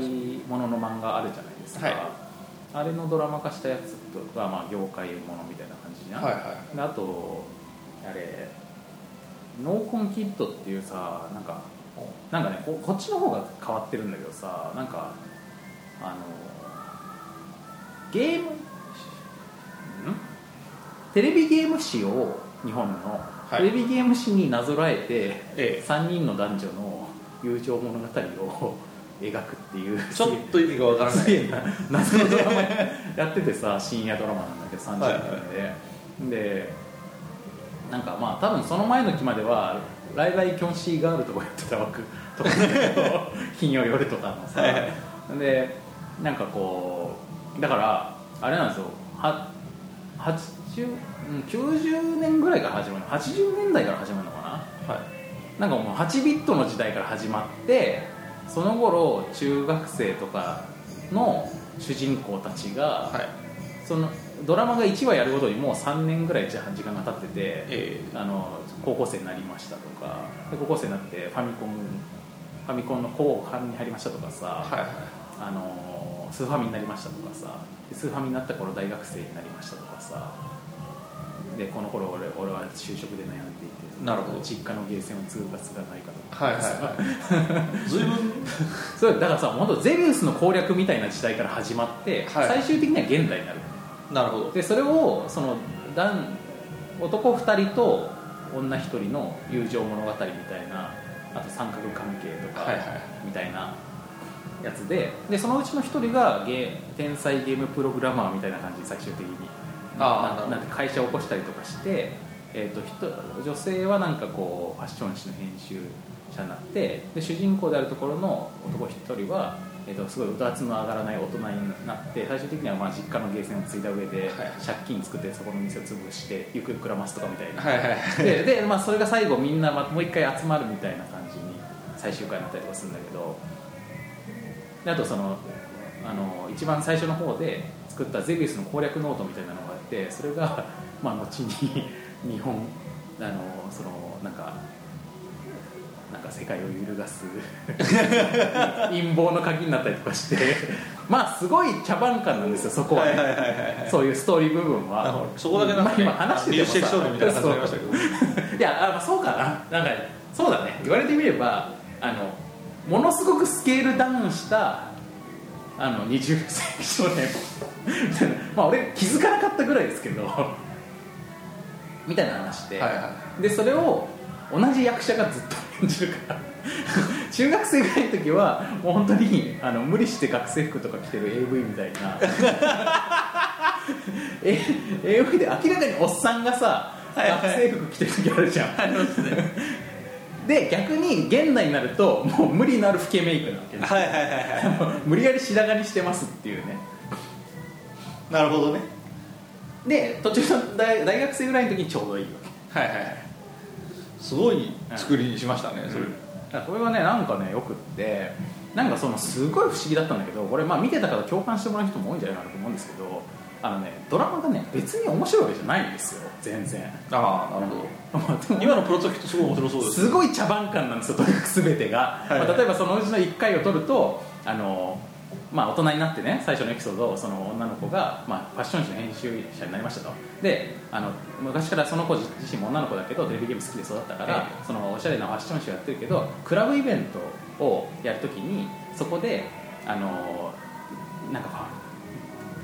Speaker 2: ものの漫画あるじゃないですか、
Speaker 3: はい
Speaker 2: あれのドラマ化したやつとか、まあ、業界ものみたいな感じじゃん、
Speaker 3: はいは
Speaker 2: であとあれノーコンキッドっていうさなんかなんかねここっちの方が変わってるんだけどさなんかあのゲームんテレビゲーム誌を日本の、
Speaker 3: い
Speaker 2: テレビゲーム誌になぞらえて、
Speaker 3: ええ
Speaker 2: 3人の男女の友情物語を描くっていう
Speaker 3: ちょっと意味がわからな
Speaker 2: す
Speaker 3: い
Speaker 2: げえな 謎のドラマやっててさ深夜ドラマなんだけど30分で、でなんかまあ多分その前の期までは「ライライキョンシーガール」とかやってた枠とかだけど金曜夜とかのさ、
Speaker 3: はいはい
Speaker 2: でなんかこうだからあれなんですよは80うん90年ぐらいから始まるの80年代から始まるのかな
Speaker 3: はい
Speaker 2: なんかもう8ビットの時代から始まってその頃中学生とかの主人公たちが、
Speaker 3: はい
Speaker 2: そのドラマが1話やるごとにもう3年ぐらい時間が経ってて、
Speaker 3: え
Speaker 2: あの高校生になりましたとかで高校生になってファミコンファミコンの後半に入りましたとかさ、
Speaker 3: えはいはい
Speaker 2: あのスーファミになりましたとかさでスーファミになった頃大学生になりましたとかさでこの頃俺俺は就職で悩んでいて
Speaker 3: なるほど
Speaker 2: 実家のゲーセンを継ぐか継がないかとか
Speaker 3: はいはいはい随分
Speaker 2: そうだからさ本当ゼビウスの攻略みたいな時代から始まって、
Speaker 3: はい
Speaker 2: 最終的には現代になる
Speaker 3: なるほど
Speaker 2: でそれをその男男2人と女1人の友情物語みたいなあと三角関係とか
Speaker 3: はいはいはい
Speaker 2: みたいなやつで,、でそのうちの1人がゲー天才ゲームプログラマーみたいな感じで最終的に
Speaker 3: あ
Speaker 2: な
Speaker 3: あ
Speaker 2: な
Speaker 3: なんる
Speaker 2: か会社を起こしたりとかして、えー、と人女性はなんかこうファッション誌の編集者になってで主人公であるところの男1人は、えー、とすごいうだつの上がらない大人になって最終的にはまあ実家のゲーセンを継いだ上で、借金作ってそこの店を潰してゆくゆくらますとかみたい
Speaker 3: ほど
Speaker 2: な、
Speaker 3: はいはい
Speaker 2: でで、まあ、それが最後みんなまもう一回集まるみたいな感じに最終回になったりとかするんだけどであとそのあの一番最初の方で作ったゼビウスの攻略ノートみたいなのがあってそれが、まあ、後に日本あのそのなんかなんか世界を揺るが す陰謀の鍵になったりとかしてまあすごい茶番感なんですよそこはね、そういうストーリー部分は
Speaker 3: なるほどそこだけなんかね
Speaker 2: まあ今話してて
Speaker 3: 流
Speaker 2: もさ
Speaker 3: 星少年みたいな感じになりましたけ ど
Speaker 2: いやあまあそうかななんかそうだね言われてみればあのものすごくスケールダウンしたあの20世紀少年 まあ俺気づかなかったぐらいですけど みたいな話で、
Speaker 3: はいは
Speaker 2: でそれを同じ役者がずっと演じるから 中学生ぐらいの時はもう本当にあの無理して学生服とか着てる AV みたいな え AV で明らかにおっさんがさ学生服着てる時あるじゃん、 で逆に現代になるともう無理のある老けメイクなわけです
Speaker 3: はいはいはいはい
Speaker 2: 無理やり白髪にしてますっていうね
Speaker 3: なるほどね
Speaker 2: で途中の大大学生ぐらいの時にちょうどいいわけ
Speaker 3: はいはいはいすごい作りにしましたね、それ
Speaker 2: だからこれがねなんかねよくってなんかそのすごい不思議だったんだけどこれまあ見てたから共感してもらう人も多いんじゃないかなと思うんですけどあのねドラマがね別に面白いわけじゃないんですよ全然
Speaker 3: ああなるほ
Speaker 2: まあでも
Speaker 3: 今のプロジェクトすごい面白そうです
Speaker 2: すごい茶番感なんですよとにかく全てが、
Speaker 3: はい
Speaker 2: まあ、例えばそのうちの1回を取るとあのまあ、大人になってね最初のエピソードをその女の子が、まあ、ファッション誌の編集者になりましたとであの昔からその子自自身も女の子だけどテレビゲーム好きで育ったから、
Speaker 3: え
Speaker 2: そのおしゃれなファッション誌をやってるけどクラブイベントをやるときにそこであのなんか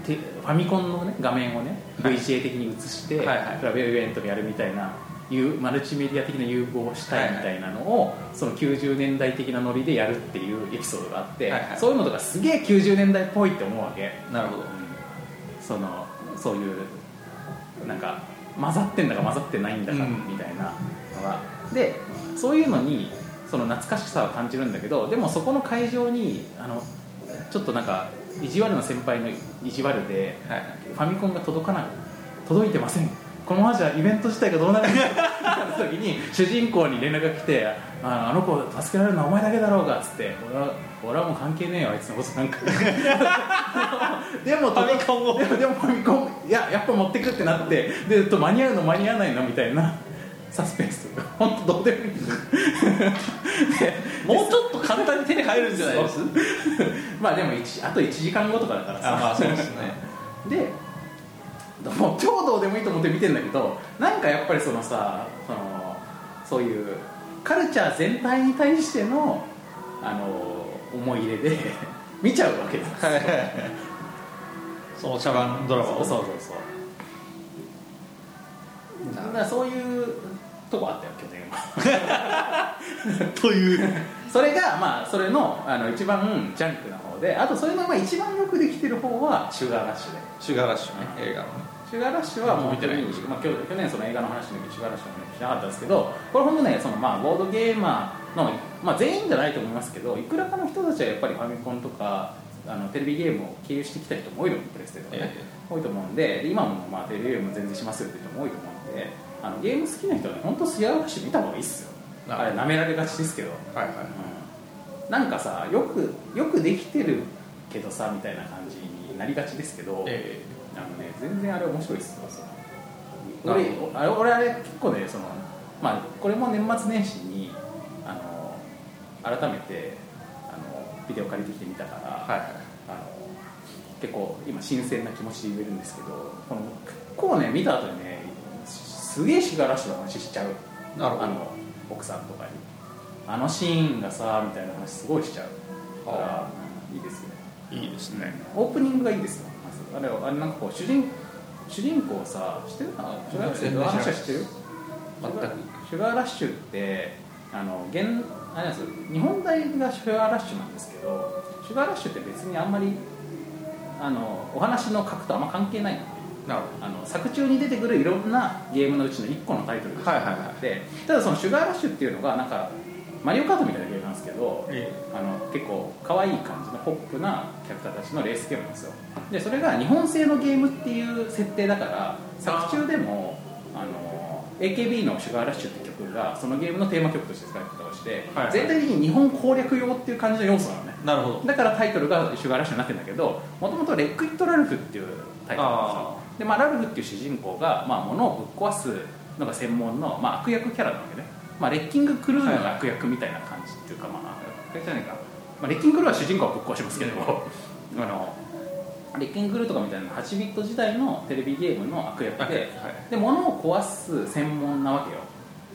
Speaker 2: ファてファミコンの、ね、画面をね VGA 的に映して、
Speaker 3: はいはい
Speaker 2: クラブイベントやるみたいないうマルチメディア的な融合をしたいみたいなのを、その90年代的なノリでやるっていうエピソードがあって、
Speaker 3: はいはい
Speaker 2: そういうのとかすげえ90年代っぽいって思うわけ
Speaker 3: なるほど
Speaker 2: そのそういうなんか混ざってんだか混ざってないんだか
Speaker 3: うん
Speaker 2: みたいなのが、でそういうのにその懐かしさを感じるんだけどでもそこの会場にあのちょっとなんか意地悪な先輩の意地悪で
Speaker 3: はい
Speaker 2: ファミコンが届かない届いてませんこのままじゃイベント自体がどうなるんだって 時に主人公に連絡が来て「ああの子助けられるのはお前だけだろうが」っつって俺は「俺はもう関係ねえよあいつのことなんか」 でも
Speaker 3: ファミコンを
Speaker 2: でもでもファミコンいややっぱ持ってくってなってでと間に合うの間に合わないのみたいなサスペンス本当どうでもいい
Speaker 3: もうちょっと簡単に手に入るんじゃないです
Speaker 2: まあでも一あと1時間後とかだからさ
Speaker 3: まあそうですね
Speaker 2: でもう超どうでもいいと思って見てんだけどなんかやっぱりそのさそのそういうカルチャー全体に対してのあの思い入れで 見ちゃうわけですよ
Speaker 3: その茶番ドラマ
Speaker 2: そう
Speaker 3: を
Speaker 2: そうそうだからそういうとこあったよ去年 は
Speaker 3: と いう
Speaker 2: それがまあそれのあの一番ジャンクな方であとそれのまあ一番よくできてる方はシュガーラッシュで
Speaker 3: シュガーラッシュね映画のね
Speaker 2: シュガーラッシュはもう
Speaker 3: 見てないんですよ
Speaker 2: まあ、去去年その映画の話の時シュガーラッシュの話しなかったですけどこれ本当ねそのまあボードゲーマーの、まあ、全員じゃないと思いますけどいくらかの人たちはやっぱりファミコンとかあのテレビゲームを経由してきた人も多いと思うんプレステとかね、
Speaker 3: え
Speaker 2: 多いと思うんでで今もまあテレビゲーム全然しますよって人も多いと思うんであのゲーム好きな人はね本当シュガーラッシュ見た方がいいっすよ
Speaker 3: なるほ
Speaker 2: あ
Speaker 3: ど
Speaker 2: れ舐められがちですけど
Speaker 3: はいはい
Speaker 2: うんなんかさよくよくできてるけどさみたいな感じになりがちですけど、
Speaker 3: え
Speaker 2: あのね全然あれ面白いっすよその
Speaker 3: な
Speaker 2: 俺
Speaker 3: るほ
Speaker 2: あれ俺あれ結構ねその、まあ、これも年末年始にあの改めてあのビデオ借りてきてみたから、
Speaker 3: はいはい
Speaker 2: あの結構今新鮮な気持ちで言えるんですけどこの結構ね見た後にねすげえシガラッシュの話しちゃう
Speaker 3: なるほど
Speaker 2: あの奥さんとかにあのシーンがさみたいな話すごいしちゃうだから
Speaker 3: はい
Speaker 2: いですよね
Speaker 3: いいですね
Speaker 2: オープニングがいいですよまずあれあれなんかこう主人主人公さ知ってるかな小学生の話は知ってる
Speaker 3: 全く
Speaker 2: シュガーラッシュってあの現あれなんですよ日本大がシュガーラッシュなんですけどシュガーラッシュって別にあんまりあのお話の核とあんま関係ないの
Speaker 3: なる
Speaker 2: あの作中に出てくるいろんなゲームのうちの1個のタイトルでしかなくて、ただその「シュガーラッシュ」っていうのがなんかマリオカートみたいなゲームなんですけど、
Speaker 3: ほどえ
Speaker 2: あの結構可愛い感じのポップなキャラクターたちのレースゲームなんですよでそれが日本製のゲームっていう設定だから作中でもあの AKB の「シュガーラッシュ」って曲がそのゲームのテーマ曲として使い方をして、
Speaker 3: はいはい
Speaker 2: 全体的に日本攻略用っていう感じの要素なのね
Speaker 3: えなるほど
Speaker 2: だからタイトルが「シュガーラッシュ」になってるんだけどもともと「レック・イット・ラルフ」っていうタイトルなんですよ
Speaker 3: あ
Speaker 2: で、まあ、ラルフっていう主人公が、まあ、物をぶっ壊すのが専門の、まあ、悪役キャラなわけね、まあ、レッキングクルーの悪役みたいな感じっていうか、まあ、悪役じゃないか、まあ、レッキングクルーは主人公はぶっ壊しますけど あのレッキングクルーとかみたいな8ビット時代のテレビゲームの悪役で、
Speaker 3: はい
Speaker 2: で物を壊す専門なわけよ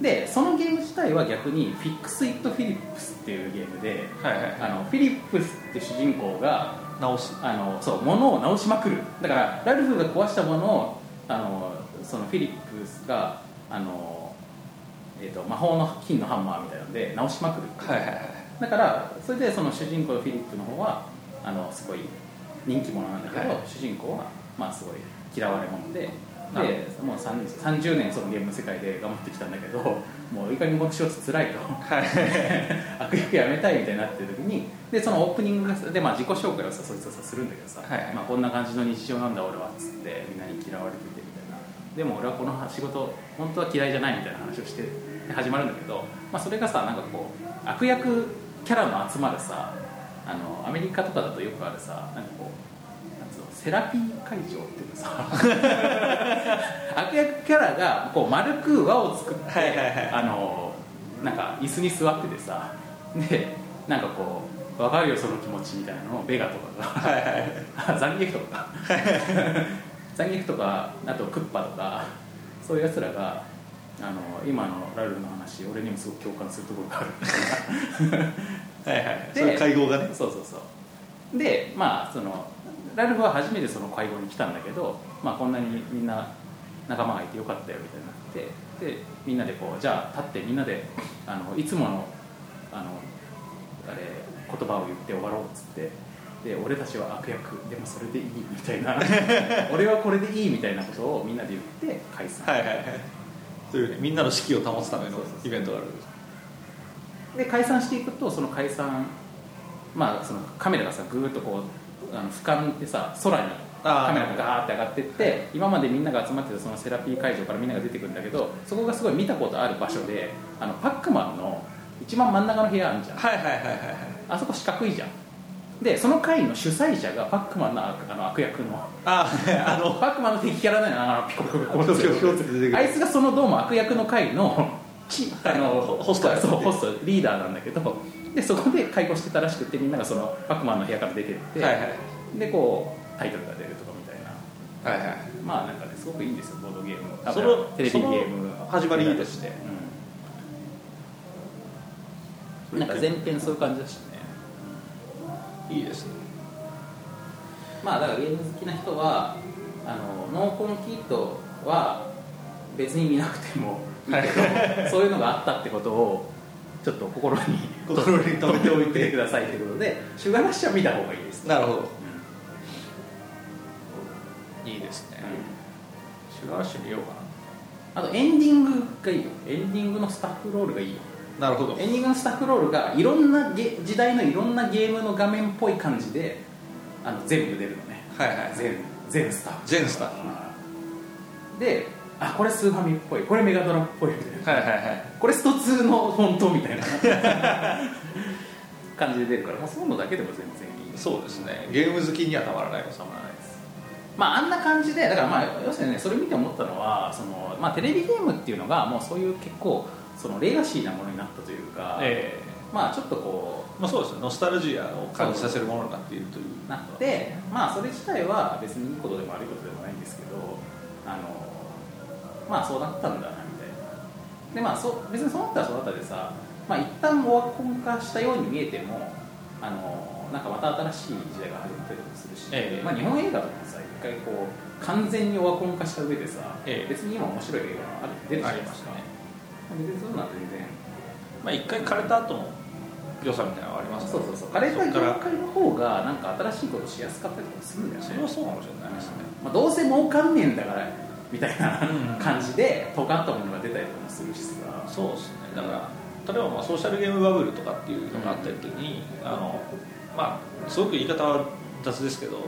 Speaker 2: でそのゲーム自体は逆に「フィックス・イット・フィリップス」っていうゲームで
Speaker 3: はいはい
Speaker 2: あのフィリップスって主人公が
Speaker 3: 直す
Speaker 2: あのそう物を直しまくるだからラルフが壊したものをあのそのフィリップスがあの、えー、と魔法の金のハンマーみたいなので直しまくる
Speaker 3: はいはいはい
Speaker 2: だからそれでその主人公のフィリップの方はあのすごい人気者なんだけど、
Speaker 3: はい
Speaker 2: 主人公はまあすごい嫌われ者で。で
Speaker 3: なる
Speaker 2: もう 30, 30年そのゲームの世界で頑張ってきたんだけどもういい加減僕しようとつらいと 悪役やめたいみたいになってる時にでそのオープニングがで、まあ、自己紹介をさそいつはさするんだけどさ、
Speaker 3: はいはい
Speaker 2: まあ、こんな感じの日常なんだ俺はっつってみんなに嫌われててみたいなでも俺はこの仕事本当は嫌いじゃないみたいな話をしてで始まるんだけど、まあ、それがさなんかこう悪役キャラの集まるさあのアメリカとかだとよくあるさなんかこうなんつうのセラピー会場っていうのさ 悪役キャラがこう丸く輪を作って、
Speaker 3: はいはいはい
Speaker 2: あのなんか椅子に座っててさでなんかこう「分かるよその気持ち」みたいなのをベガとかが、 あザンギエフとかがザンギエフとかあとクッパとかそういうやつらがあの今のラルフの話俺にもすごく共感するところがある
Speaker 3: はいはい
Speaker 2: で
Speaker 3: それ会合がね
Speaker 2: そうそうそうでまあそのラルフは初めてその会合に来たんだけど、まあ、こんなにみんな仲間がいてよかったよみたいになってでみんなでこうじゃあ立ってみんなであのいつものあのあれ言葉を言って終わろうっつってで俺たちは悪役でもそれでいいみたいな俺はこれでいいみたいなことをみんなで言って解散、
Speaker 3: はいはいはいというねみんなの士気を保つための
Speaker 2: そうそうそう
Speaker 3: イベントがあるんです
Speaker 2: で解散していくとその解散まあそのカメラがさぐーっとこうあの俯瞰でさ空に
Speaker 3: あー
Speaker 2: カメラがガーって上がってって今までみんなが集まってたそのセラピー会場からみんなが出てくるんだけどそこがすごい見たことある場所であのパックマンの一番真ん中の部屋あるじゃん
Speaker 3: はいはいはいはい
Speaker 2: あそこ四角いじゃんでその会の主催者がパックマンの悪あの悪役の
Speaker 3: あああの
Speaker 2: パックマンの敵キャラなのあのピコピコピコピコ
Speaker 3: ピコピコって出てくる
Speaker 2: あいつがそのどうも悪役の会のちあの
Speaker 3: ホホストやって
Speaker 2: そうホストリーダーなんだけどでそこで会合してたらしくてみんながそのパックマンの部屋から出てって、
Speaker 3: はいはい
Speaker 2: でこうタイトルが出るとかみたいな
Speaker 3: はいはい
Speaker 2: まあなんかねすごくいいんですよボードゲームの
Speaker 3: その
Speaker 2: テレビゲーム
Speaker 3: その始まりいいですね
Speaker 2: うんなんか前編そういう感じだしね
Speaker 3: いいですね
Speaker 2: まあだからゲーム好きな人はあのノーコンキットは別に見なくてもいいけど、そういうのがあったってことをちょっと心に
Speaker 3: 心に留めておいて
Speaker 2: 留くださいということでシュガーラッシュは見た方がいいです、
Speaker 3: なるほど
Speaker 2: う
Speaker 3: いいですね
Speaker 2: ん
Speaker 3: シュガーラッシュ見ようか
Speaker 2: あとエンディングがいいよエンディングのスタッフロールがいいよ
Speaker 3: ななるほど
Speaker 2: エンディングのスタッフロールがいろんなゲ時代のいろんなゲームの画面っぽい感じであの全部出るのね
Speaker 3: はいはい
Speaker 2: 全全スタッフ
Speaker 3: 全スタッフ
Speaker 2: であこれスーファミっぽいこれメガドラっぽいみたいな
Speaker 3: はいはいはい
Speaker 2: これスト2のフォントみたいな 感じで出るからもうそういうのだけでも全然いい
Speaker 3: そうですねゲーム好きにはたまらないです
Speaker 2: 収まらないですまああんな感じでだからまあ要するにねそれ見て思ったのはその、まあ、テレビゲームっていうのがもうそういう結構そのレガシーなものになったというか、
Speaker 3: ええ
Speaker 2: まあちょっとこ
Speaker 3: まあそうですねノスタルジアを感じさせるものになっているという
Speaker 2: うなってまあそれ自体は別にいいことでも悪いことでもないんですけどあのまあそうだったんだなみたいなでまあそう別にそうだったらそうだったでさまあ一旦オワコン化したように見えてもあのなんかまた新しい時代が始まったりもするし、
Speaker 3: ええ
Speaker 2: まあ、日本映画とかもさ一回こう完全にオワコン化した上でさ、
Speaker 3: ええ
Speaker 2: 別に今面白い映画がある出るじゃないですか
Speaker 3: あり
Speaker 2: 別にそういうのは全然
Speaker 3: まあ一回枯れた後の良さみたいなのはあります
Speaker 2: そ
Speaker 3: ね
Speaker 2: うそうそうあれが
Speaker 3: そっから
Speaker 2: 業界の方がなんか新しいことしやすかったりとかするんだよね
Speaker 3: それはそうかもしれないですね
Speaker 2: まあ、どうせ儲かんねえんだからみたいな
Speaker 3: うん
Speaker 2: 感じで尖ったものが出たりとかもするしさ
Speaker 3: そうですねだから例えばまあソーシャルゲームバブルとかっていうのがあった時に、あのまあすごく言い方は雑ですけど、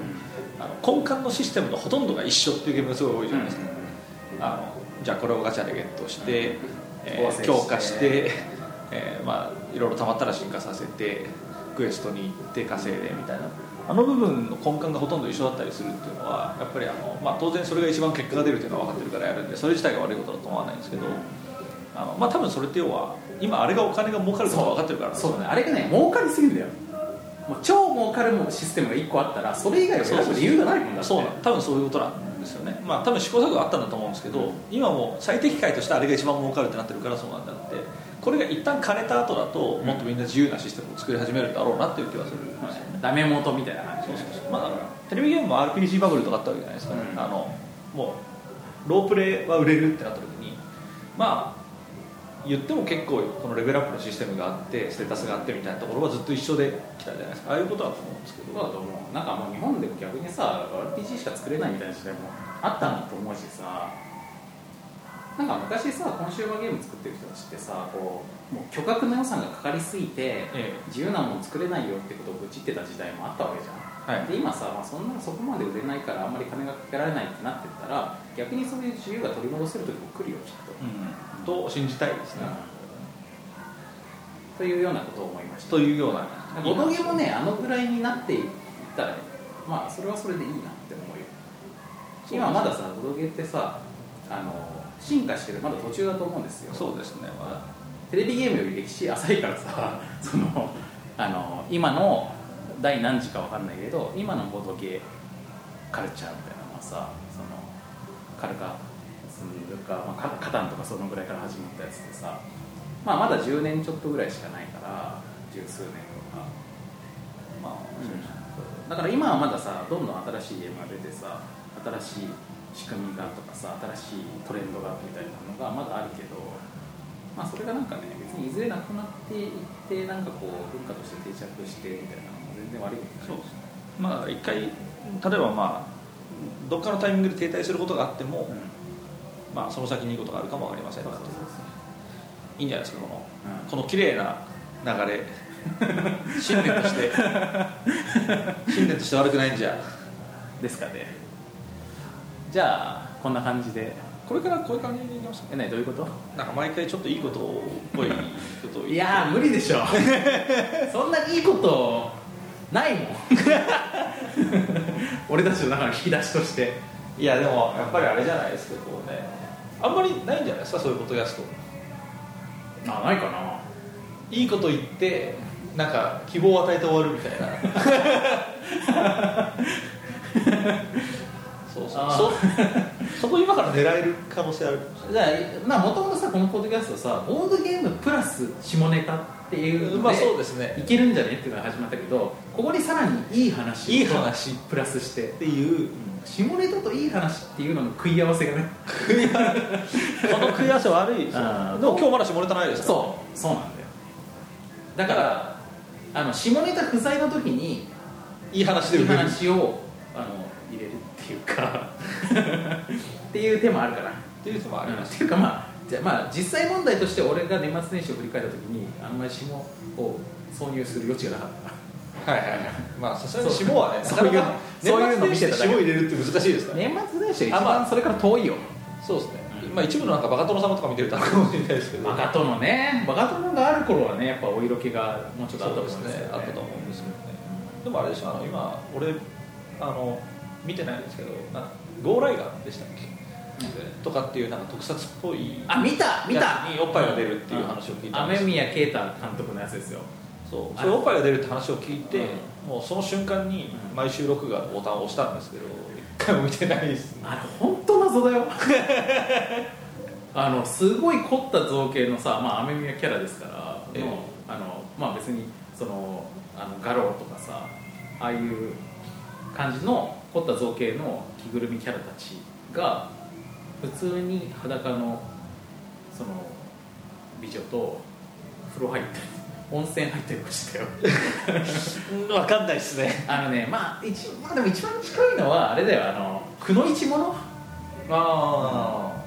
Speaker 3: あの根幹のシステムのほとんどが一緒っていうゲームがすごい多いじゃないですか、あのじゃあこれをガチャでゲットして、
Speaker 2: うん
Speaker 3: えー
Speaker 2: 合成して
Speaker 3: 強化して、えーまあ、いろいろたまったら進化させてクエストに行って稼いでみたいなあの部分の根幹がほとんど一緒だったりするっていうのはやっぱりあの、まあ、当然それが一番結果が出るっていうのは分かってるからやるんでそれ自体が悪いことだと思わないんですけどあのまあ多分それって要は今あれがお金が儲かることが分かってるからなんです
Speaker 2: そ
Speaker 3: よ
Speaker 2: うだねあれがね儲かりすぎんだよもう超儲かるもんシステムが1個あったらそれ以外を選ぶ理由がないもんだって
Speaker 3: そうなの多分そういうことなんですよねまあ多分試行錯誤あったんだと思うんですけど、今もう最適解としてあれが一番儲かるってなってるからそうなんだってこれが一旦枯れた後だともっとみんな自由なシステムを作り始めるんだろうなっていう気はするんですよね、
Speaker 2: ダメ元みたいな感じ
Speaker 3: そうそうそうまあだからテレビゲームも RPG バブルとかあったわけじゃないですか、
Speaker 2: うん
Speaker 3: あのもうロープレイは売れるってなった時にまあ言っても結構このレベルアップのシステムがあってステータスがあってみたいなところはずっと一緒できたじゃないですかああいうことだと思うんですけ
Speaker 2: そうだと思うなんかもう日本でも逆にさ RPG しか作れないみたいな時代もあったんだと思うしさなんか昔さコンシューマーゲーム作ってる人たちってさこうもう巨額の予算がかかりすぎて
Speaker 3: ええ
Speaker 2: 自由なもの作れないよってことを愚痴ってた時代もあったわけじゃん、
Speaker 3: はい
Speaker 2: で今さ、まあ、そんなそこまで売れないからあんまり金がかけられないってなってったら逆にそういう自由が取り戻せる時も来るよきっと、
Speaker 3: ど、うん、と信じたいですね、
Speaker 2: というようなことを思いました
Speaker 3: というような
Speaker 2: ボドゲもねあのぐらいになっていったらねまあそれはそれでいいなって思うよ今まださボドゲってさあの進化してるまだ途中だと思うんですよ
Speaker 3: そうですねま
Speaker 2: テレビゲームより歴史浅いからさ そのあの今の第何次か分かんないけど今のボドゲカルチャーみたいなのはさそのカルカスルカ、まあカ、カタンとかそのぐらいから始まったやつでさ、まあ、まだ10年ちょっとぐらいしかないから十数年とか。
Speaker 3: だまあ、
Speaker 2: だから今はまださどんどん新しいゲームが出てさ新しい仕組みがとかさ新しいトレンドがみたいなのがまだあるけどまあそれがなんかね別にいずれなくなっていってなんかこう文化として定着してみたいなのも全然悪いこと
Speaker 3: そう
Speaker 2: ない
Speaker 3: ですねまあ一回例えばまあどっかのタイミングで停滞することがあっても、
Speaker 2: うん
Speaker 3: まあその先にいいことがあるかもわかりませんが
Speaker 2: そうそうそうそう
Speaker 3: いいんじゃないですかこの、
Speaker 2: うん
Speaker 3: この綺麗な流れ信念として信念として悪くないんじゃ
Speaker 2: ですかねじゃあこんな感じで
Speaker 3: これからこういう感じにいきますか
Speaker 2: えねどういうこと
Speaker 3: なんか毎回ちょっといいことっぽいことを言って
Speaker 2: いやー無理でし ょそんないいことないもん 俺たちの中の引き出しとして
Speaker 3: いやでもやっぱりあれじゃないですけどねあんまりないんじゃないですかそういうことやすと
Speaker 2: あないかない
Speaker 3: いこと言ってなんか希望を与えて終わるみたいな そうそう
Speaker 2: あー
Speaker 3: そそこ今から狙える可能性ある
Speaker 2: じゃあまあもともとさこのポッドキャストさボードゲームプラス下ネタっていうので,、
Speaker 3: まあそうですね
Speaker 2: いけるんじゃねっていうのが始まったけどここにさらにいい話を
Speaker 3: いい話っ
Speaker 2: プラスして
Speaker 3: ていう
Speaker 2: 下ネタといい話っていうのの食い合わせがね
Speaker 3: この食い合わせ悪いですよで
Speaker 2: あー
Speaker 3: も今日まだ下ネタないですから
Speaker 2: そうそうなんだよだからあの下ネタ不在の時に
Speaker 3: いい話で
Speaker 2: いい
Speaker 3: 売れる
Speaker 2: 話をあの入れるっていうかっていう手もあるから
Speaker 3: っていうのもあり
Speaker 2: うん
Speaker 3: ま
Speaker 2: っ
Speaker 3: す
Speaker 2: ていうかまあじゃあまあ実際問題として俺が年末年始を振り返った時にあんまり下を挿入する余地がなかった
Speaker 3: はいはいはいまあさすがに
Speaker 2: そう
Speaker 3: 下はね
Speaker 2: そういう
Speaker 3: なかなか
Speaker 2: そういうの見てただけ
Speaker 3: 年末年始で下入れるって難しいですから
Speaker 2: 年末年始は一
Speaker 3: あま
Speaker 2: 番
Speaker 3: あ
Speaker 2: それから遠いよ
Speaker 3: そうですね
Speaker 2: うん
Speaker 3: まあ一部のなんかバカ殿様とか見てるとあるかもしれないですけど
Speaker 2: バカ殿ねバカ殿がある頃はねやっぱお色気がもうちょっとあった
Speaker 3: そう
Speaker 2: と思うん
Speaker 3: です
Speaker 2: ですけ
Speaker 3: ね
Speaker 2: ど
Speaker 3: あったと思うんですけどねでもあれでしょあの今俺あの見てないんですけどなゴーライガーでしたっけ、とかっていうなんか特撮っぽい
Speaker 2: あ見た見た
Speaker 3: やつにおっぱいが出るっていう話を聞いたんで
Speaker 2: 雨
Speaker 3: す
Speaker 2: 宮啓太監督のやつですよ
Speaker 3: そう
Speaker 2: あ
Speaker 3: それおっぱいが出るって話を聞いて、
Speaker 2: う
Speaker 3: もうその瞬間に
Speaker 2: うん
Speaker 3: 毎週録画のボタンを押したんですけど一回も見てないですね
Speaker 2: あれ本当謎だよあのすごい凝った造形のさ、まあ、雨宮キャラですから、
Speaker 3: ええ
Speaker 2: のあのまあ、別にそのあの画廊とかさああいう感じの凝った造形の着ぐるみキャラたちが普通に裸のその美女と風呂入ったり温泉入ったりもしたよ
Speaker 3: 分かんないですね
Speaker 2: あのね、まあ、一まあでも一番近いのはあれだよあのくのいちもの
Speaker 3: ああ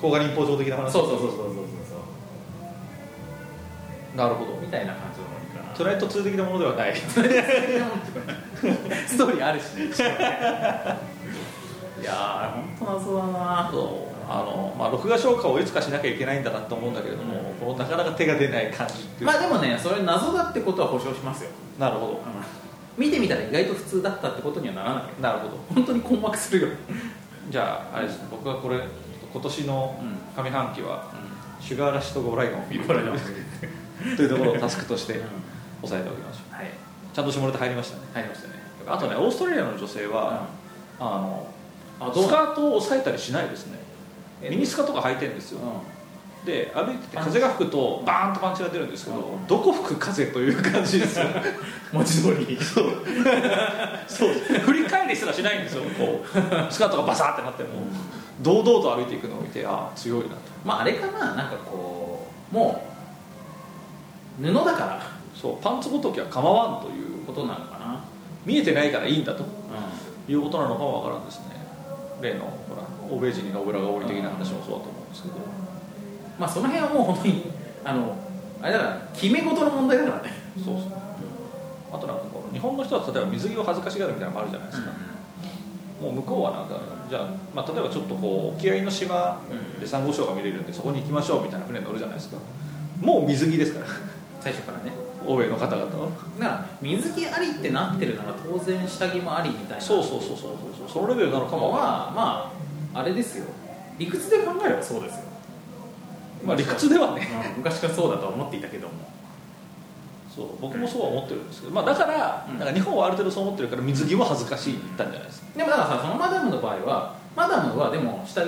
Speaker 3: 甲賀忍法上的な話
Speaker 2: そうそうそうそうそうそう
Speaker 3: なるほ
Speaker 2: そうみたいな感じのものかな
Speaker 3: トライアット2的なものではない
Speaker 2: ストーリーあるし ね。いやー、本当謎だな。
Speaker 3: そうあの、まあ、録画消化をいつかしなきゃいけないんだなと思うんだけれども、
Speaker 2: うん
Speaker 3: このなかなか手が出ない感じっていう、
Speaker 2: まあでもね、それ謎だってことは保証しますよ。
Speaker 3: なるほ
Speaker 2: 見てみたら意外と普通だったってことにはならないよ。
Speaker 3: どなるほど
Speaker 2: 本当に困惑するよ。
Speaker 3: じゃああれですね僕はこれ今年の
Speaker 2: うん
Speaker 3: 上半期は、シュガーラッシュとゴーライガンを見る
Speaker 2: これだ。はい。
Speaker 3: というところをタスクとして
Speaker 2: うん
Speaker 3: 押さえておきましょうちゃんと下ネタ入りましたね
Speaker 2: 入りましたね。
Speaker 3: あとねオーストラリアの女性
Speaker 2: うん、
Speaker 3: は、あの
Speaker 2: あどう
Speaker 3: ス
Speaker 2: な
Speaker 3: カートを押さえたりしないですね
Speaker 2: え
Speaker 3: ミニスカとか履いてるんですよ、
Speaker 2: う
Speaker 3: で歩いてて風が吹くとバーンとパンチが出るんですけど、どこ吹く風という感じですよ
Speaker 2: ん。文字通り。
Speaker 3: そう振り返りすらしないんですよこうスカートがバサーってなっても堂々と歩いていくのを見てああ強いなと
Speaker 2: まああれかな、なんかこう、もう、布だから
Speaker 3: そうパンツごときは構わんという
Speaker 2: ことなのかな。
Speaker 3: 見えてないからいいんだと
Speaker 2: うん。
Speaker 3: いうことなのかもわからんですね例のほら欧米人にノブラが降り的な話もそうだと思うんですけど
Speaker 2: まあその辺はもう本当にあのあれだから決め事の問題だからね。
Speaker 3: そうそうあとなんかこう日本の人は例えば水着を恥ずかしがるみたいなのもあるじゃないですか、もう向こうはなんかじゃあ,、まあ例えばちょっとこう沖合の島でサンゴ礁が見れるんでそこに行きましょうみたいな船に乗るじゃないですかもう水着ですから
Speaker 2: 最初からね。
Speaker 3: 欧米の方々
Speaker 2: だ
Speaker 3: は
Speaker 2: から水着ありってなってるなら当然下着もありみたいな。
Speaker 3: そうそうそうそうそうそのレベルなのか
Speaker 2: か
Speaker 3: も
Speaker 2: も
Speaker 3: わからん
Speaker 2: はまああれですよ。理屈で考えればそうですよ。
Speaker 3: まあ理屈ではね
Speaker 2: うん昔からそうだとは思っていたけども。
Speaker 3: そう僕もそうは思ってるんですけど、まあ、だから、
Speaker 2: うん
Speaker 3: なんか日本はある程度そう思ってるから水着も恥ずかしいって言ったんじゃないですか
Speaker 2: でもだからさそのマダムの場合はマダムはでも下着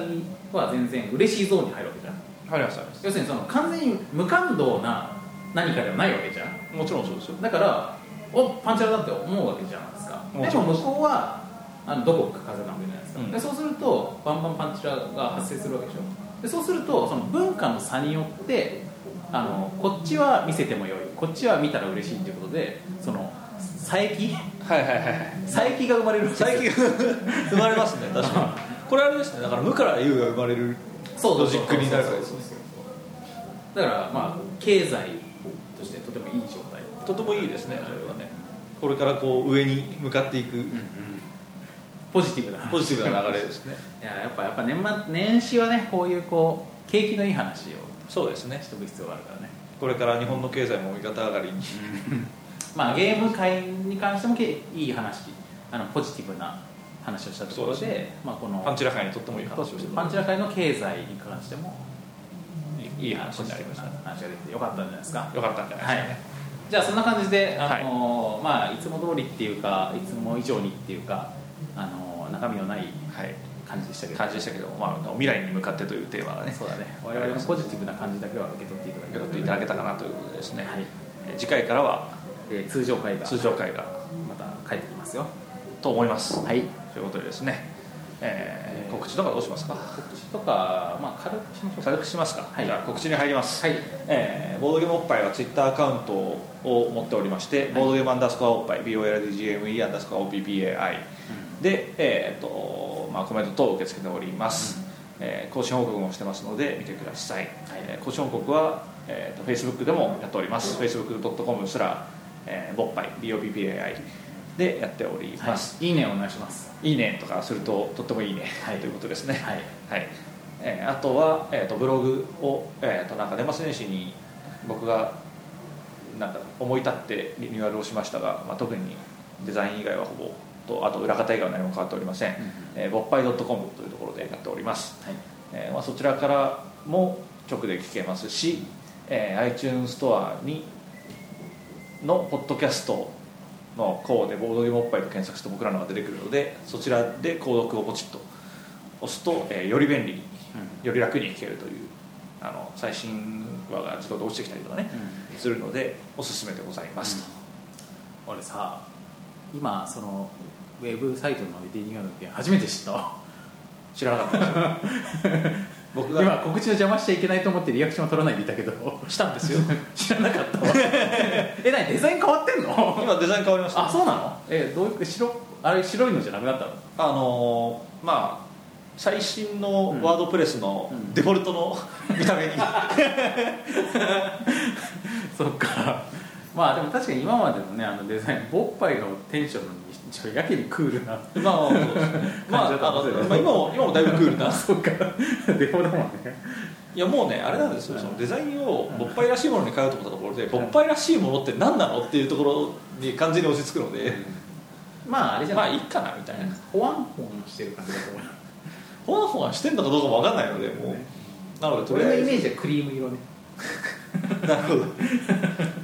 Speaker 2: は全然嬉しいゾーンに入るわけじゃん。
Speaker 3: ありますありま
Speaker 2: 要するにその完全に無感動な何かではないわけじゃん。
Speaker 3: もちろんそうですよ
Speaker 2: だからおパンチラだって思うわけじゃないですか
Speaker 3: も
Speaker 2: で
Speaker 3: ちろん
Speaker 2: も向こうはあのどこか風なわけじゃないですか、
Speaker 3: うん
Speaker 2: でそうするとバンバンパンチラが発生するわけでしょでそうするとその文化の差によってあのこっちは見せてもよいこっちは見たら嬉しいっていうことでその佐伯
Speaker 3: はいはいはいはい
Speaker 2: 佐伯が生まれるわけです
Speaker 3: 最近生まれますね確かにこれあれですねだから無から有が生まれる
Speaker 2: そうそうそう
Speaker 3: ロジックになるわけですね
Speaker 2: だからまあ経済としてとてもいい状態
Speaker 3: とてもいいですねそれはねこれからこう上に向かっていく
Speaker 2: ポジティブな
Speaker 3: ポジティブな流れですね
Speaker 2: いややっぱやっぱ年末年始はねこういうこう景気のいい話を
Speaker 3: そうですね
Speaker 2: しとく必要があるからね
Speaker 3: これから日本の経済も味方上がりに
Speaker 2: まあゲーム界に関してもけいい話あのポジティブな話をしたところで
Speaker 3: そうです
Speaker 2: まあ、この
Speaker 3: パンチラ界にとってもいい話をして
Speaker 2: パンチラ界の経済に関しても
Speaker 3: いい話
Speaker 2: ポ
Speaker 3: に
Speaker 2: ジ
Speaker 3: な
Speaker 2: ティブ
Speaker 3: りまし
Speaker 2: な
Speaker 3: たね
Speaker 2: 話ができてよかったんじゃないですか
Speaker 3: よかったんじゃない
Speaker 2: は
Speaker 3: で
Speaker 2: い
Speaker 3: すかね
Speaker 2: じゃあそんな感じで、あのーまあ、いつも通りっていうかいつも以上にっていうか、あのー中身のない
Speaker 3: はい
Speaker 2: 感じでしたけど
Speaker 3: 感じでしたけど、まあ、未来に向かってというテーマがね
Speaker 2: そうだね我々のポジティブな感じだけは受け取っていただけ
Speaker 3: 受け
Speaker 2: る
Speaker 3: 取っ
Speaker 2: と
Speaker 3: ていただけたかなということでですね、
Speaker 2: はい
Speaker 3: えー次回からは
Speaker 2: えー通常会が
Speaker 3: 通常会が
Speaker 2: また帰ってきますよ
Speaker 3: と思います
Speaker 2: はい
Speaker 3: ということでですね、えー告知とかどうしますか
Speaker 2: 告知とか、まあ、軽くしましょうか
Speaker 3: 軽くしますか、
Speaker 2: はい
Speaker 3: じゃあ告知に入ります、
Speaker 2: はい
Speaker 3: えーボードゲームおっぱいはツイッターアカウントを持っておりまして、ボードゲームアンダースコアおっぱい BOLDGME アンダースコア OPPAI で、えーっとまあ、コメント等を受け付けております、えー更新報告もしてますので見てください、えー更新報告は、えーっと Facebook でもやっております Facebook.com すら、えー、ぼっぱい BOPPAI でやっており
Speaker 2: は
Speaker 3: ます、
Speaker 2: い、いいねお願いします
Speaker 3: い、いねとかするととってもいいね、
Speaker 2: はい
Speaker 3: ということですね
Speaker 2: はい
Speaker 3: はいえーあとは、えー、とブログを、えー、となんか年末年始に僕がなんか思い立ってリニューアルをしましたが、まあ、特にデザイン以外はほぼとあと裏方以外は何も変わっておりません、
Speaker 2: んうん
Speaker 3: えーぼっぱい .com というところでやっております、
Speaker 2: はい
Speaker 3: えーまあ、そちらからも直で聞けますし、えー iTunes ストアにのポッドキャストの項でボードゲームおっぱいと検索して僕らのが出てくるのでそちらで購読をポチッと押すと、えーより便利により楽に聞けるというあの最新話が自動で落ちてきたりとかね、するのでおすすめでございますと、
Speaker 2: 俺さ今そのウェブサイトのリニューアルって初めて知った
Speaker 3: 知らなかったですよ僕が
Speaker 2: 今告知の邪魔しちゃいけないと思ってリアクションを取らないでいたけど
Speaker 3: したんですよ
Speaker 2: 知らなかったわ え何デザイン変わってんの
Speaker 3: 今デザイン変わりました
Speaker 2: あそうなのえどういう白あれ白いのじゃなくなったの
Speaker 3: あのーまあ最新の
Speaker 2: うん
Speaker 3: ワードプレスの
Speaker 2: うん
Speaker 3: デフォルトの見 た目に
Speaker 2: そっかまあでも確かに今までのねあのデザインボッパイのテンションにちょやけにクールな
Speaker 3: まあ、まあ、
Speaker 2: 感じだと
Speaker 3: あ
Speaker 2: 思
Speaker 3: の
Speaker 2: うんですよ
Speaker 3: まあ今も今もだいぶクールな
Speaker 2: そ っかデフォだもんね
Speaker 3: いやもうねあれなんですよそのデザインを勃発らしいものに変えようと思ったところで勃発らしいものって何なのっていうところに完全に落ち着くので
Speaker 2: まああれじゃ
Speaker 3: ま
Speaker 2: な
Speaker 3: あ
Speaker 2: い、
Speaker 3: いいかなみたいな
Speaker 2: ホワンホンしてる感じだと思う
Speaker 3: ほわほわしてんのかどうかも分かんないのでも
Speaker 2: ね
Speaker 3: うなのでと り
Speaker 2: 俺
Speaker 3: あ
Speaker 2: のイ
Speaker 3: え
Speaker 2: メ
Speaker 3: ず
Speaker 2: ージはクリーム 色ね
Speaker 3: なるほど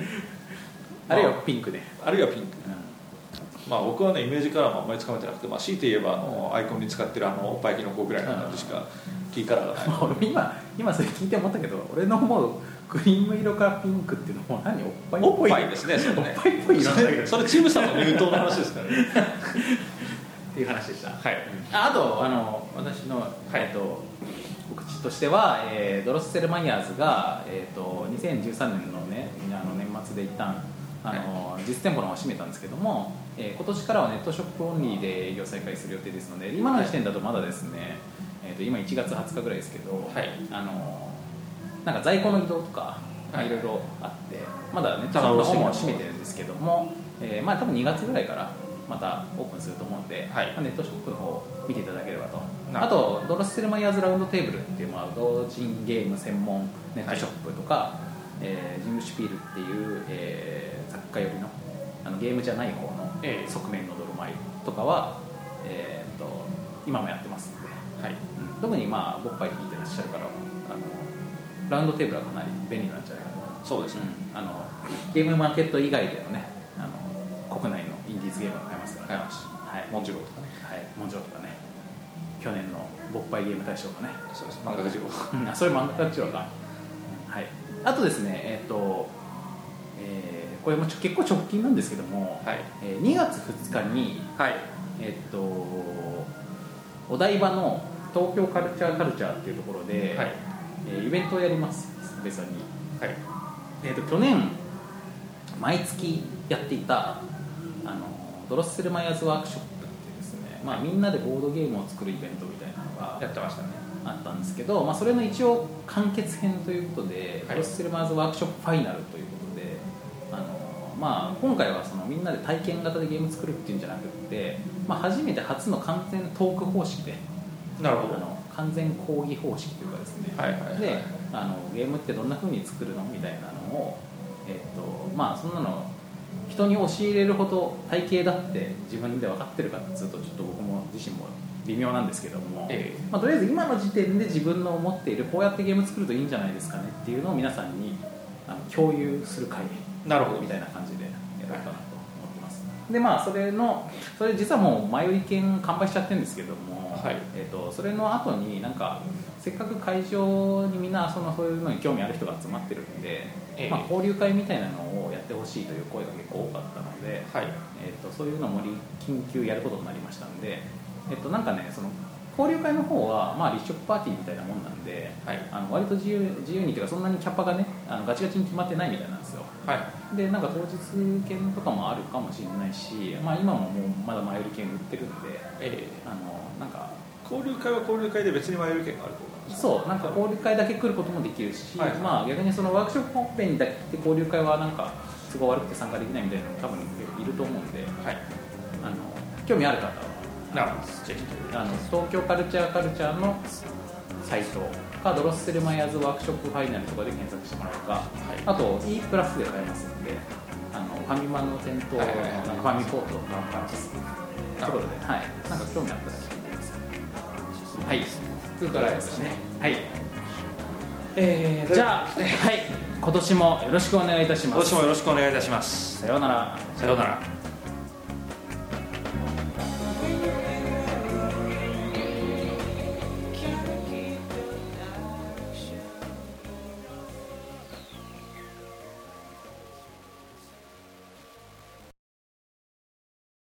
Speaker 2: あるいはピンクで、
Speaker 3: あるいはピンクまあ僕はねイメージカラーもあんまりつかめてなくてまあ強いて言えばあのアイコンに使ってるあのおっぱいキノコぐらいの感じしかキーカラーがない
Speaker 2: もう 今今それ聞いて思ったけど俺の思うクリーム色からピンクっていうのも何おっぱいっ
Speaker 3: お
Speaker 2: ぽ
Speaker 3: っ
Speaker 2: い
Speaker 3: ぱいですねそれね
Speaker 2: おっぱいっぽい色なんだけ どっ
Speaker 3: それチームさんの入党の話ですからね
Speaker 2: ていう話でした
Speaker 3: はい
Speaker 2: ああとあの私の、えっと告知としては、えードロッセルマイヤーズが、えー、と2013年の,、ね、あの年末で一旦あの、実店舗の方を閉めたんですけども、えー今年からはネットショップオンリーで営業再開する予定ですので今の時点だとまだですね、えー、と今1月20日ぐらいですけど、
Speaker 3: はい
Speaker 2: あのなんか在庫の移動とか、
Speaker 3: はい
Speaker 2: い、ろいろあってまだネットショップの方も閉めてるんですけども、えーまあ多分2月ぐらいからまたオープンすると思うんで、
Speaker 3: はい
Speaker 2: まあネットショップの方を見ていただければと
Speaker 3: なる
Speaker 2: あとドロッセルマイヤーズラウンドテーブルっていう、まあ、同人ゲーム専門ネットショップとか、えージムシュピールっていう、えー作家寄りのあのゲームじゃない方の
Speaker 3: ええ
Speaker 2: 側面の泥舞とかは、えーっと今もやってますので、
Speaker 3: はい
Speaker 2: うん特にまあボッパイ聞いてらっしゃるからあのラウンドテーブルはかなり便利なんじゃないかな
Speaker 3: そうですね
Speaker 2: うんあのゲームマーケット以外でのねあの国内のインディーズゲームが買えますからね、
Speaker 3: 買えます
Speaker 2: はい、
Speaker 3: モンジュローとかね
Speaker 2: はい、モンジョーとかね、去年の勃発ゲーム大賞がね、
Speaker 3: そうです漫画家事業
Speaker 2: うんあそれ漫画家っちゅうのか、はい、あとですね、えっ、と、えーこれもちょ結構直近なんですけども、
Speaker 3: はい
Speaker 2: えー2月2日に、
Speaker 3: はい
Speaker 2: えっ、と、お台場の東京カルチャーカルチャーっていうところで、
Speaker 3: はい
Speaker 2: えーイベントをやります、別に。
Speaker 3: はい
Speaker 2: えー、と去年毎月やっていたあのドロッセルマイヤーズワークショップっていうですね、まあ、みんなでボードゲームを作るイベントみたいなのが
Speaker 3: やってましたね
Speaker 2: あったんですけど、まあ、それの一応完結編ということで、
Speaker 3: はい
Speaker 2: ドロッセルマイヤーズワークショップファイナルということであの、まあ、今回はそのみんなで体験型でゲーム作るっていうんじゃなくって、まあ、初めて初の完全トーク方式で
Speaker 3: なる
Speaker 2: あ
Speaker 3: ほど
Speaker 2: の完全講義方式というかですね、
Speaker 3: はいはいはい
Speaker 2: であのゲームってどんな風に作るのみたいなのを、えっとまあ、そんなの人に教えれるほど体系だって自分で分かってるかっつうとちょっと僕も自身も微妙なんですけども、
Speaker 3: ええ
Speaker 2: まあ、とりあえず今の時点で自分の思っているこうやってゲーム作るといいんじゃないですかねっていうのを皆さんにあの共有する会
Speaker 3: なるほど
Speaker 2: みたいな感じでやろうかなと思ってます、でまあそれのそれ実はもう前売り券完売しちゃってるんですけども、
Speaker 3: はい
Speaker 2: えー、とそれの後になんかせっかく会場にみんなそのそういうのに興味ある人が集まってるんで、
Speaker 3: ええ
Speaker 2: まあ、交流会みたいなのをやってほしいという声が結構多かったので、
Speaker 3: はい
Speaker 2: えー、とそういうのもり緊急やることになりましたんで、えっとなんかねその交流会の方は、まあ、立食パーティーみたいなもんなんで、
Speaker 3: はい
Speaker 2: あの割と自由自由にというかそんなにキャパがねあのガチガチに決まってないみたいなんですよ
Speaker 3: はい
Speaker 2: でなんか当日券とかもあるかもしれないし、まあ、今ももうまだ前売り券売ってるんで
Speaker 3: え
Speaker 2: あのなんか
Speaker 3: ー交流会は交流会で別に迷う意見があるってことなんですか
Speaker 2: そうなんか交流会だけ来ることもできるし、
Speaker 3: はいはい
Speaker 2: まあ、逆にそのワークショップ本編にだけ来て交流会はなんか都合悪くて参加できないみたいなのも多分いると思うんで
Speaker 3: はい
Speaker 2: あの興味ある方は
Speaker 3: なるほどぜひ
Speaker 2: あの東京カルチャーカルチャーのサイトかドロッセルマイヤーズワークショップファイナルとかで検索してもらうか、あと E プラスで買えますのであのファミマの店頭、
Speaker 3: はいはいはい
Speaker 2: なんかファミポートファンパンスということで、はい、なんか興味あったら聞いてくださいはいそれからですねはいえー、じゃあ、はい、今年もよろしくお願いいたし
Speaker 3: 今
Speaker 2: ま
Speaker 3: 年
Speaker 2: す
Speaker 3: もよろしくお願いいたします
Speaker 2: さようなら
Speaker 3: さようなら